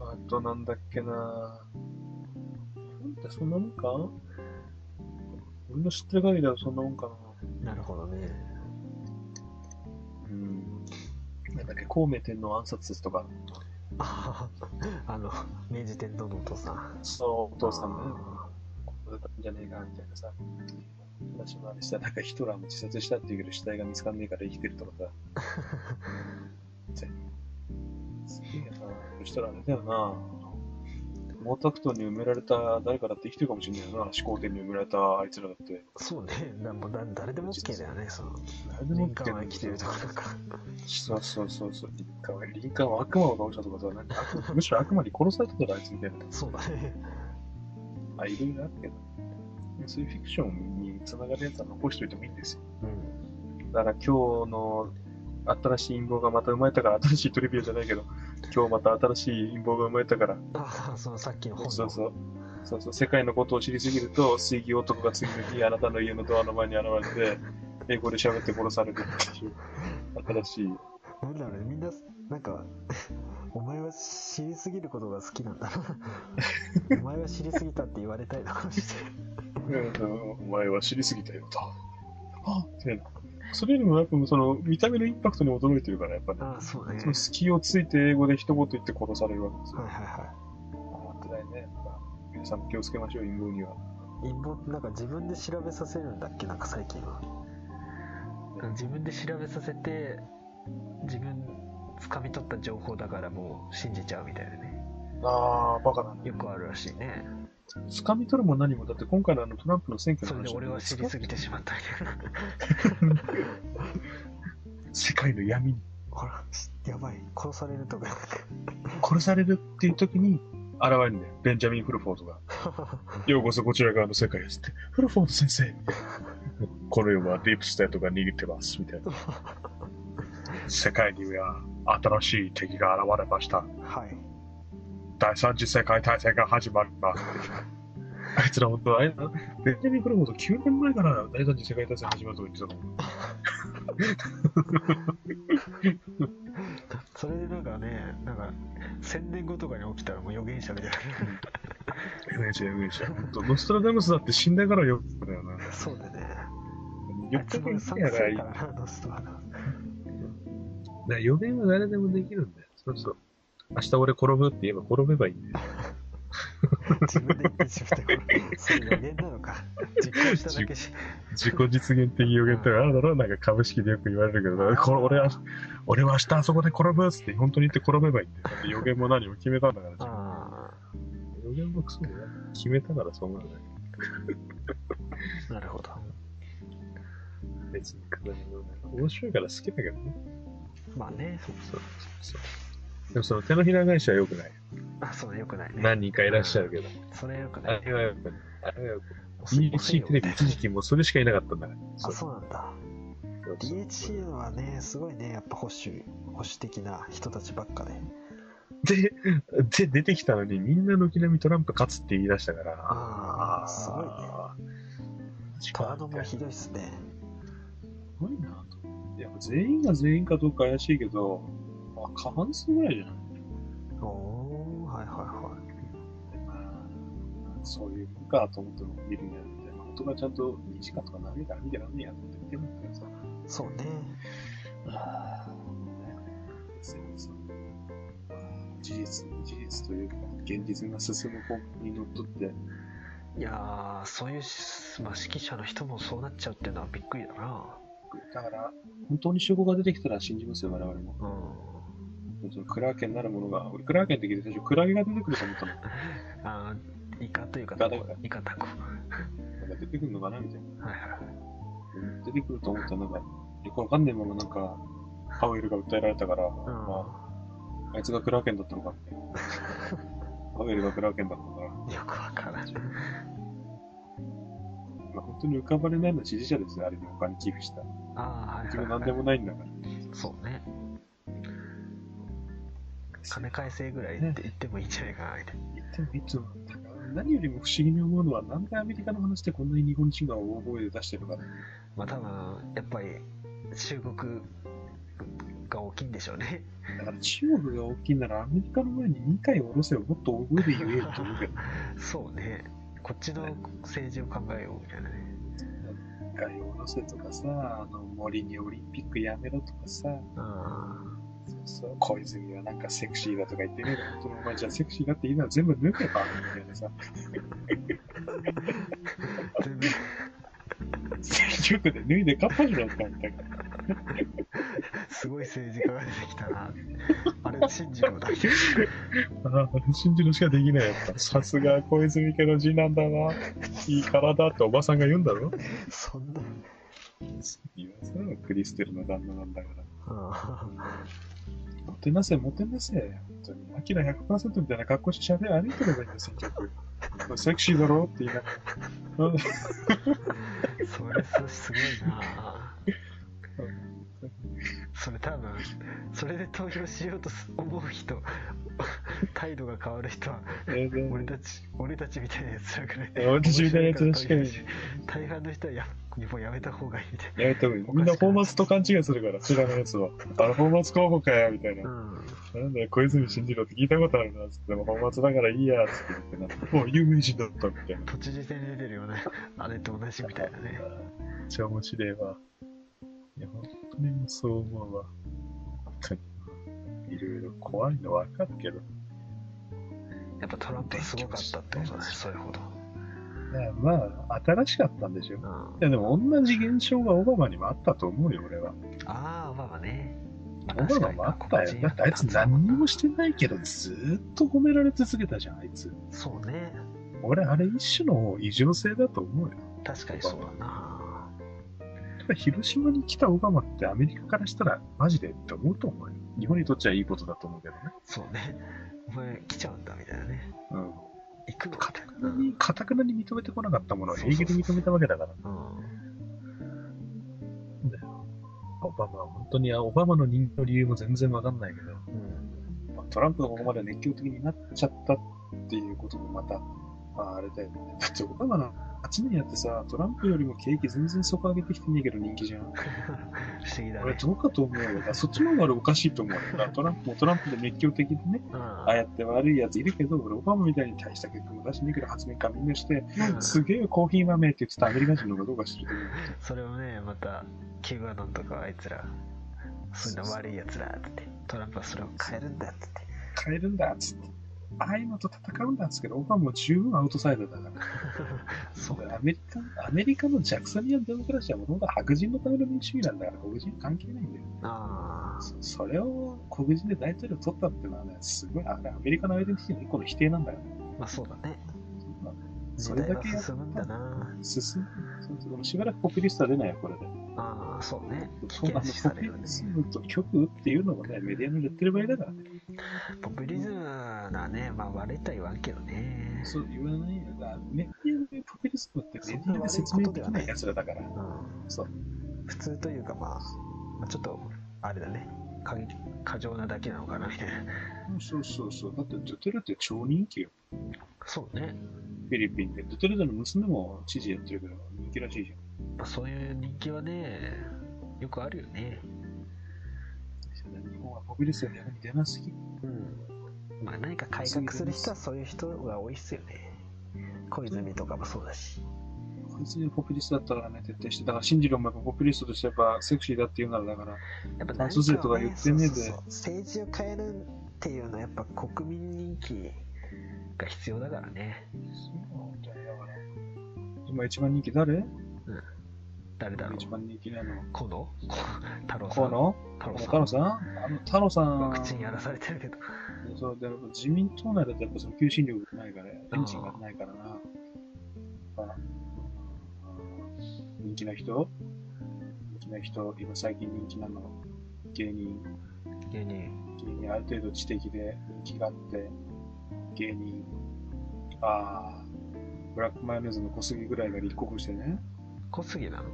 あとなんだっけななんてそんなもんか俺の知ってる限りではそんなもんかななるほどねうん。なんだっけ、孔明天皇暗殺説とか、ああの明治天皇のお父さんそう、お父さんもね、あだったんじゃねえか、みたいなさ。話もあれさ、なんかヒトラーも自殺したっていうけど、死体が見つかんねえから生きてるとかさ。すげえな。そしたらあれだよな。毛沢東に埋められた誰かだって生きてるかもしれないよな。始皇帝に埋められたあいつらだって。ー [LAUGHS] そうねなんもだ誰でも OK だよねその誰でも年間は生きてるとかなんかそうそうそうそう。リンカーン、リンカーンは悪魔を倒したとかさ、なんか悪むしろ悪魔に殺されてたらあいつみたいな。そうだねまあ、いろいろあるけど、そういうフィクションにつながるやつは残しておいてもいいんですよ。うんだから今日の新しい陰謀がまた生まれたから、新しいトリビアじゃないけど、今日また新しい陰謀が生まれたから、ああそのさっきの本のそうそう。そうそう世界のことを知りすぎると、水牛男が次の日、あなたの家のドアの前に現れて、英語で喋って殺されるっていう、新しい。なんだろうねみんななんか [LAUGHS] お前は知りすぎることが好きなんだ [LAUGHS] なお前は知りすぎたって言われたいのかもしれないうんお前は知りすぎたよと。あってなそれよりもやっぱその見た目のインパクトに驚いてるから、やっぱね。 [LAUGHS] ああそうねその隙をついて英語で一言言って殺されるわけですよ。はいはいは慌いてないね。やっぱ皆さん気をつけましょう、陰謀には。陰謀ってなんか自分で調べさせるんだっけなんか最近は自分で調べさせて自分掴み取った情報だからもう信じちゃうみたいなねああ、バカだね。よくあるらしいねつかみ取るも何も、だって今回のあのトランプの選挙そのれで話俺は知りすぎてしまったみたいな世界の闇にほらしやばい殺されるとか殺されるっていう時に現れるんだよ。ベンジャミン・フルフォード [LAUGHS] が。ようこそこちら側の世界ですって。フルフォード先生。この世はディープステートが握ってます。みたいな。世界には新しい敵が現れました。はい第三次世界大戦が始まります。あいつら本当あれだな。ベンジャミン・フルフォード9年前から第三次世界大戦始まるとか言ってたもん。それでなんかねなんか1000年後とかに起きたらもう予言者みたいめちゃめちゃ。本当ノストラダムスだって死んだからよくだよな。なそうだね言あっいたつらもいい参や加すらいるい。かだからなどうしたかなら予言は誰でもできるんだよ。そうそう。明日俺転ぶって言えば転べばいいんだよ。自分で言ってしまったからそれ予言なのか実行しただけし自己実現的予言とかあるだろうなんか株式でよく言われるけど、これ俺は、俺は明日あそこで転ぶっつって本当に言って転べばいいんだよ。だって予言も何も決めたんだから自分。あ予言もクソもない決めたからそうなるだあなるほどけ。別にくだらない。面白いから好きだけどね。まあねそうそうそう。でもその手のひら返しは良くない。あそうだよくないね何人かいらっしゃるけど。それはよくなあいれは良くない。あれは良くない。遅い遅 DHC いよテレビ一時期もうそれしかいなかったんだから。あそうなんだそうそう DHC はねすごいねやっぱ保守保守的な人たちばっかでで、で、出てきたのに、みんな軒並みトランプ勝つって言い出したから、あーすごいね確カーかドにもひどいっすねすごいなと。いや、全員が全員かどうか怪しいけど、まあ、過半数ぐらいじゃないおおはいはいはいそういうもんかと思っても見るんやみたいなことがちゃんと2時間とか何時間見てらんねえやと思って見てるんだからさ。そうねあすいませんまあ事実、事実というか、現実が進む方向にのっとって、いやーそういうし、まあ、指揮者の人もそうなっちゃうっていうのはびっくりだなだから、本当に証拠が出てきたら信じますよ、我々も。うんそのクラーケンなるものが、俺クラーケンって聞いて最初クラゲが出てくると思ったの。あのイカというかイカだからイカタコはいなんか出てくるのかなみたいな。はい出てくると思ったら、なんか、よくわかんないものなんか、ハウエルが訴えられたから、まはあ、あいつがクラーケンだったのかって。ハウエルがクラーケンだったのかな。い、うん、よくわからんまあ、本当に浮かばれないのは支持者ですよ、あれで他に寄付した。ああはい自分なはい、はんい、でもないんだから。そうね金返せぐらいって言ってもいいんじゃないかなみたいな言ってもいつも何よりも不思議に思うのは、なんでアメリカの話でこんなに日本人が大声で出してるのかな。まあ多分やっぱり中国が大きいんでしょうねだから中国が大きいならアメリカの前に2回下ろせよ、もっと大声で言えよと思うけど、そうねこっちの政治を考えようみたいなね2回下ろせとかさ、あの森にオリンピックやめろとかさ、うんそうそう小泉はなんかセクシーだとか言ってねえだろ、本当にお前じゃあセクシーだって言うなら全部抜けばみたいなさ、全部中国で脱いでカッパになったみたいな。すごい政治家が出てきたなあれ進次郎だっけああ、信じるしかできないやっぱ。さすが小泉家の次男だな。いい体っておばさんが言うんだろそんな言わせろ、クリステルの旦那なんだから。うんモテなせ、モテなせ。本当に、アキラ100%みたいな格好して喋り歩いてればいいんですよ、客。セクシーだろって言いながら。うんそれすすごいなそれ多分それで投票しようとす思う人態度が変わる人はえー俺たち俺たちみたいなやつらくらいで俺たちみたいなやつしか面い白いから大半の人はやもうやめた方がいいみたいやめた方がいい。みんなフォーマッスと勘違いするから、知らないやつは。あの、フォーマッス候補かよ、みたいなな、。うん、なんだよ、小泉進次郎って聞いたことあるな、つって、でも、本末だからいいや、つって言ってな、もう有名人だったみたいな。都知事選に出てるような [LAUGHS] あれと同じみたいなねめっちゃ面白いわ。いや、本当にもうそう思うわ。本当にいろいろ怖いのわかるけど。やっぱトランプはすごかったってことだねそれほど、いやまあ、新しかったんでしょ。いうん、あや、でも同じ現象がオバマにもあったと思うよ、俺は。あオバマねオバマもあったよ。だってあいつ何にもしてないけど、ずーっと褒められ続けたじゃん、あいつ。そうね俺、あれ一種の異常性だと思うよ。確かにそうだなやっぱ広島に来たオバマってアメリカからしたらマジでって思うと思うよ。日本にとっちゃいいことだと思うけどね。そうね [LAUGHS] お前来ちゃうんだみたいなねうん。行くのかみたいな、うんにかたくなに認めてこなかったものをそう平そう気そうで認めたわけだから。うん、オバマは本当に、あオバマの人気の理由も全然わかんないけど、うん、まあトランプがここまで熱狂的になっちゃったっていうこともまた、まあ、あれだよね。だってオバマの8年やってさ、トランプよりも景気全然底上げてきてねえけど人気じゃん。不思議だ俺ね、どうかと思うよ。だからそっちの方が俺おかしいと思うよ。だからトランプもトランプで熱狂的でね、うんああやって悪いやついるけど、俺、オバマみたいに大した結果も出してねえけど、発明家みんなして、うんすげえコーヒー豆って言ってたアメリカ人の方がどうかしてると思う。それをねまたキューアノンとかあいつらそんな悪いやつらってってトランプはそれを変えるんだってって変えるんだっつって。ああいうのと戦うんだっつけど、オバマも十分アウトサイドだから。そうだアメリカアメリカのジャクソニアンデモクラシーはもともと白人のための民主主義なんだから、黒人関係ないんだよ。あそそれを黒人で大統領取ったっていうのはね、すごい、あれアメリカのアイデンティティの一個の否定なんだよね。ーまあそうだねそ時れ代だはけやっ進むんだな進む。そうそうでもしばらくポピュリストは出ないよ、これで。ああそうね危そうな険んです視さポピれるュねリズムと極右っていうのもね、メディアのレッテル張りだからね。ポピュリズムはねまあ悪いとは言わんけどねそう言わないよな。メディアでポピュリストってメディアで説明できないやつらだから。うんそう。普通というかまあ、まあ、ちょっとあれだね過過剰なだけなのかなみたいなそうそうそう。だってドゥテルテ超人気よ。そうね、フィリピンで。ドゥテルテの娘も知事やってるから人気らしいじゃん。まあ、そういう人気はねよくあるよね日本はポピュリストに逆に出なすぎ。うんまあ、何か改革する人はそういう人が多いっすよね。小泉とかもそうだし。こいつにポピュリストだったからね、徹底して。だから、シンジロもやっぱポピュリストとしてやっぱセクシーだって言うならだから、やっぱ何かをねあそうするとか言ってねえでそうそうそう政治を変えるっていうのはやっぱ国民人気が必要だからね。そうなんだよだから今一番人気誰誰だろう一番人気なの。この [LAUGHS] 太郎さん河野太郎太郎さんあの太郎さんワクチンやらされてるけどそうで自民党内だとやっぱその求心力がないから、エンジンがないからな。だから人気な人人気な人、今最近人気なの芸人、芸人芸人ある程度知的で人気があって、芸人、ああ、ブラックマヨネーズの小杉ぐらいが立候補してね。小杉なの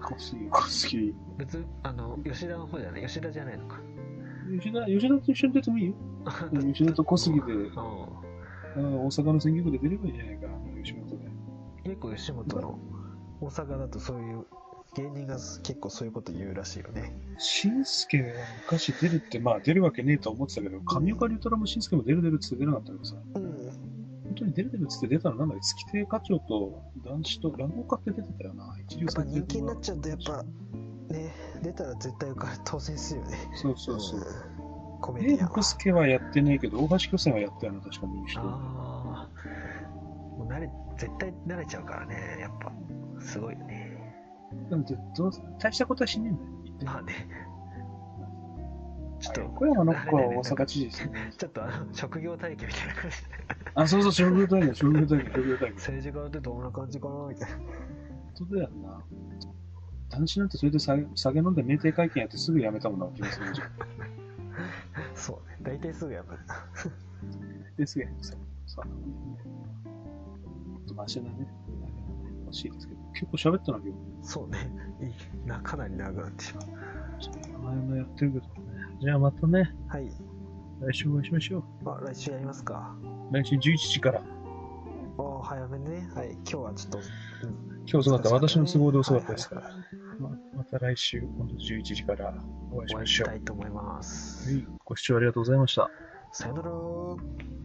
小杉、小杉。別にあの吉田の方じゃない吉田じゃないのか吉田、吉田と一緒に出てもいい [LAUGHS] よ。うん吉田と小杉で、うんうん大阪の選挙区で出ればいいんじゃないかな、吉本で。結構吉本の大阪だとそういう芸人が結構そういうこと言うらしいよねしんすけは昔出るって、まあ出るわけねえと思ってたけど、上岡龍太郎もしんすけも出る出るっつって出なかったけどさ、うん本当に出る出るっつって出たのなんだっけ、月亭課長と男子と落語家って出てたよな、一流やっぱさん人気になっちゃうとやっぱね出たら絶対受かる当選するよねそうそうそう。うんコメデえ、ィアンは福助はやってねえけど、大橋巨泉はやったよな、確か民主党。ああもう慣れ絶対慣れちゃうからねやっぱすごいよねでもどうせ、大したことはしねえんだよ。まあねあれちょっと [LAUGHS] 小山の子は大阪知事ですね。ちょっとあの職業体験みたいな感じであ、そうそう、商業大学、商業大学、商業大学。政治家ってどんな感じかなみたいな本当だよな。男子なんてそれで酒酒飲んで酩酊会見やってすぐ辞めたもんな、気がするじゃん。そうね大体すぐやっぱですげえ。そう。そうもっとマシなね、あれがね欲しいですけど、結構喋ったな、今そうねいいなかなり長くなってしまう日。前もやってるけどね。じゃあまたね、はい、来週お会いしましょう。まあ、来週やりますか来週11時から。お早めねはい今日はちょっとうん今日遅かった。私の都合で遅かったですから。はいはいはいままた来週、今度11時からお会いし終わまりしょう。たはいと思いますい。ご視聴ありがとうございました。さよなら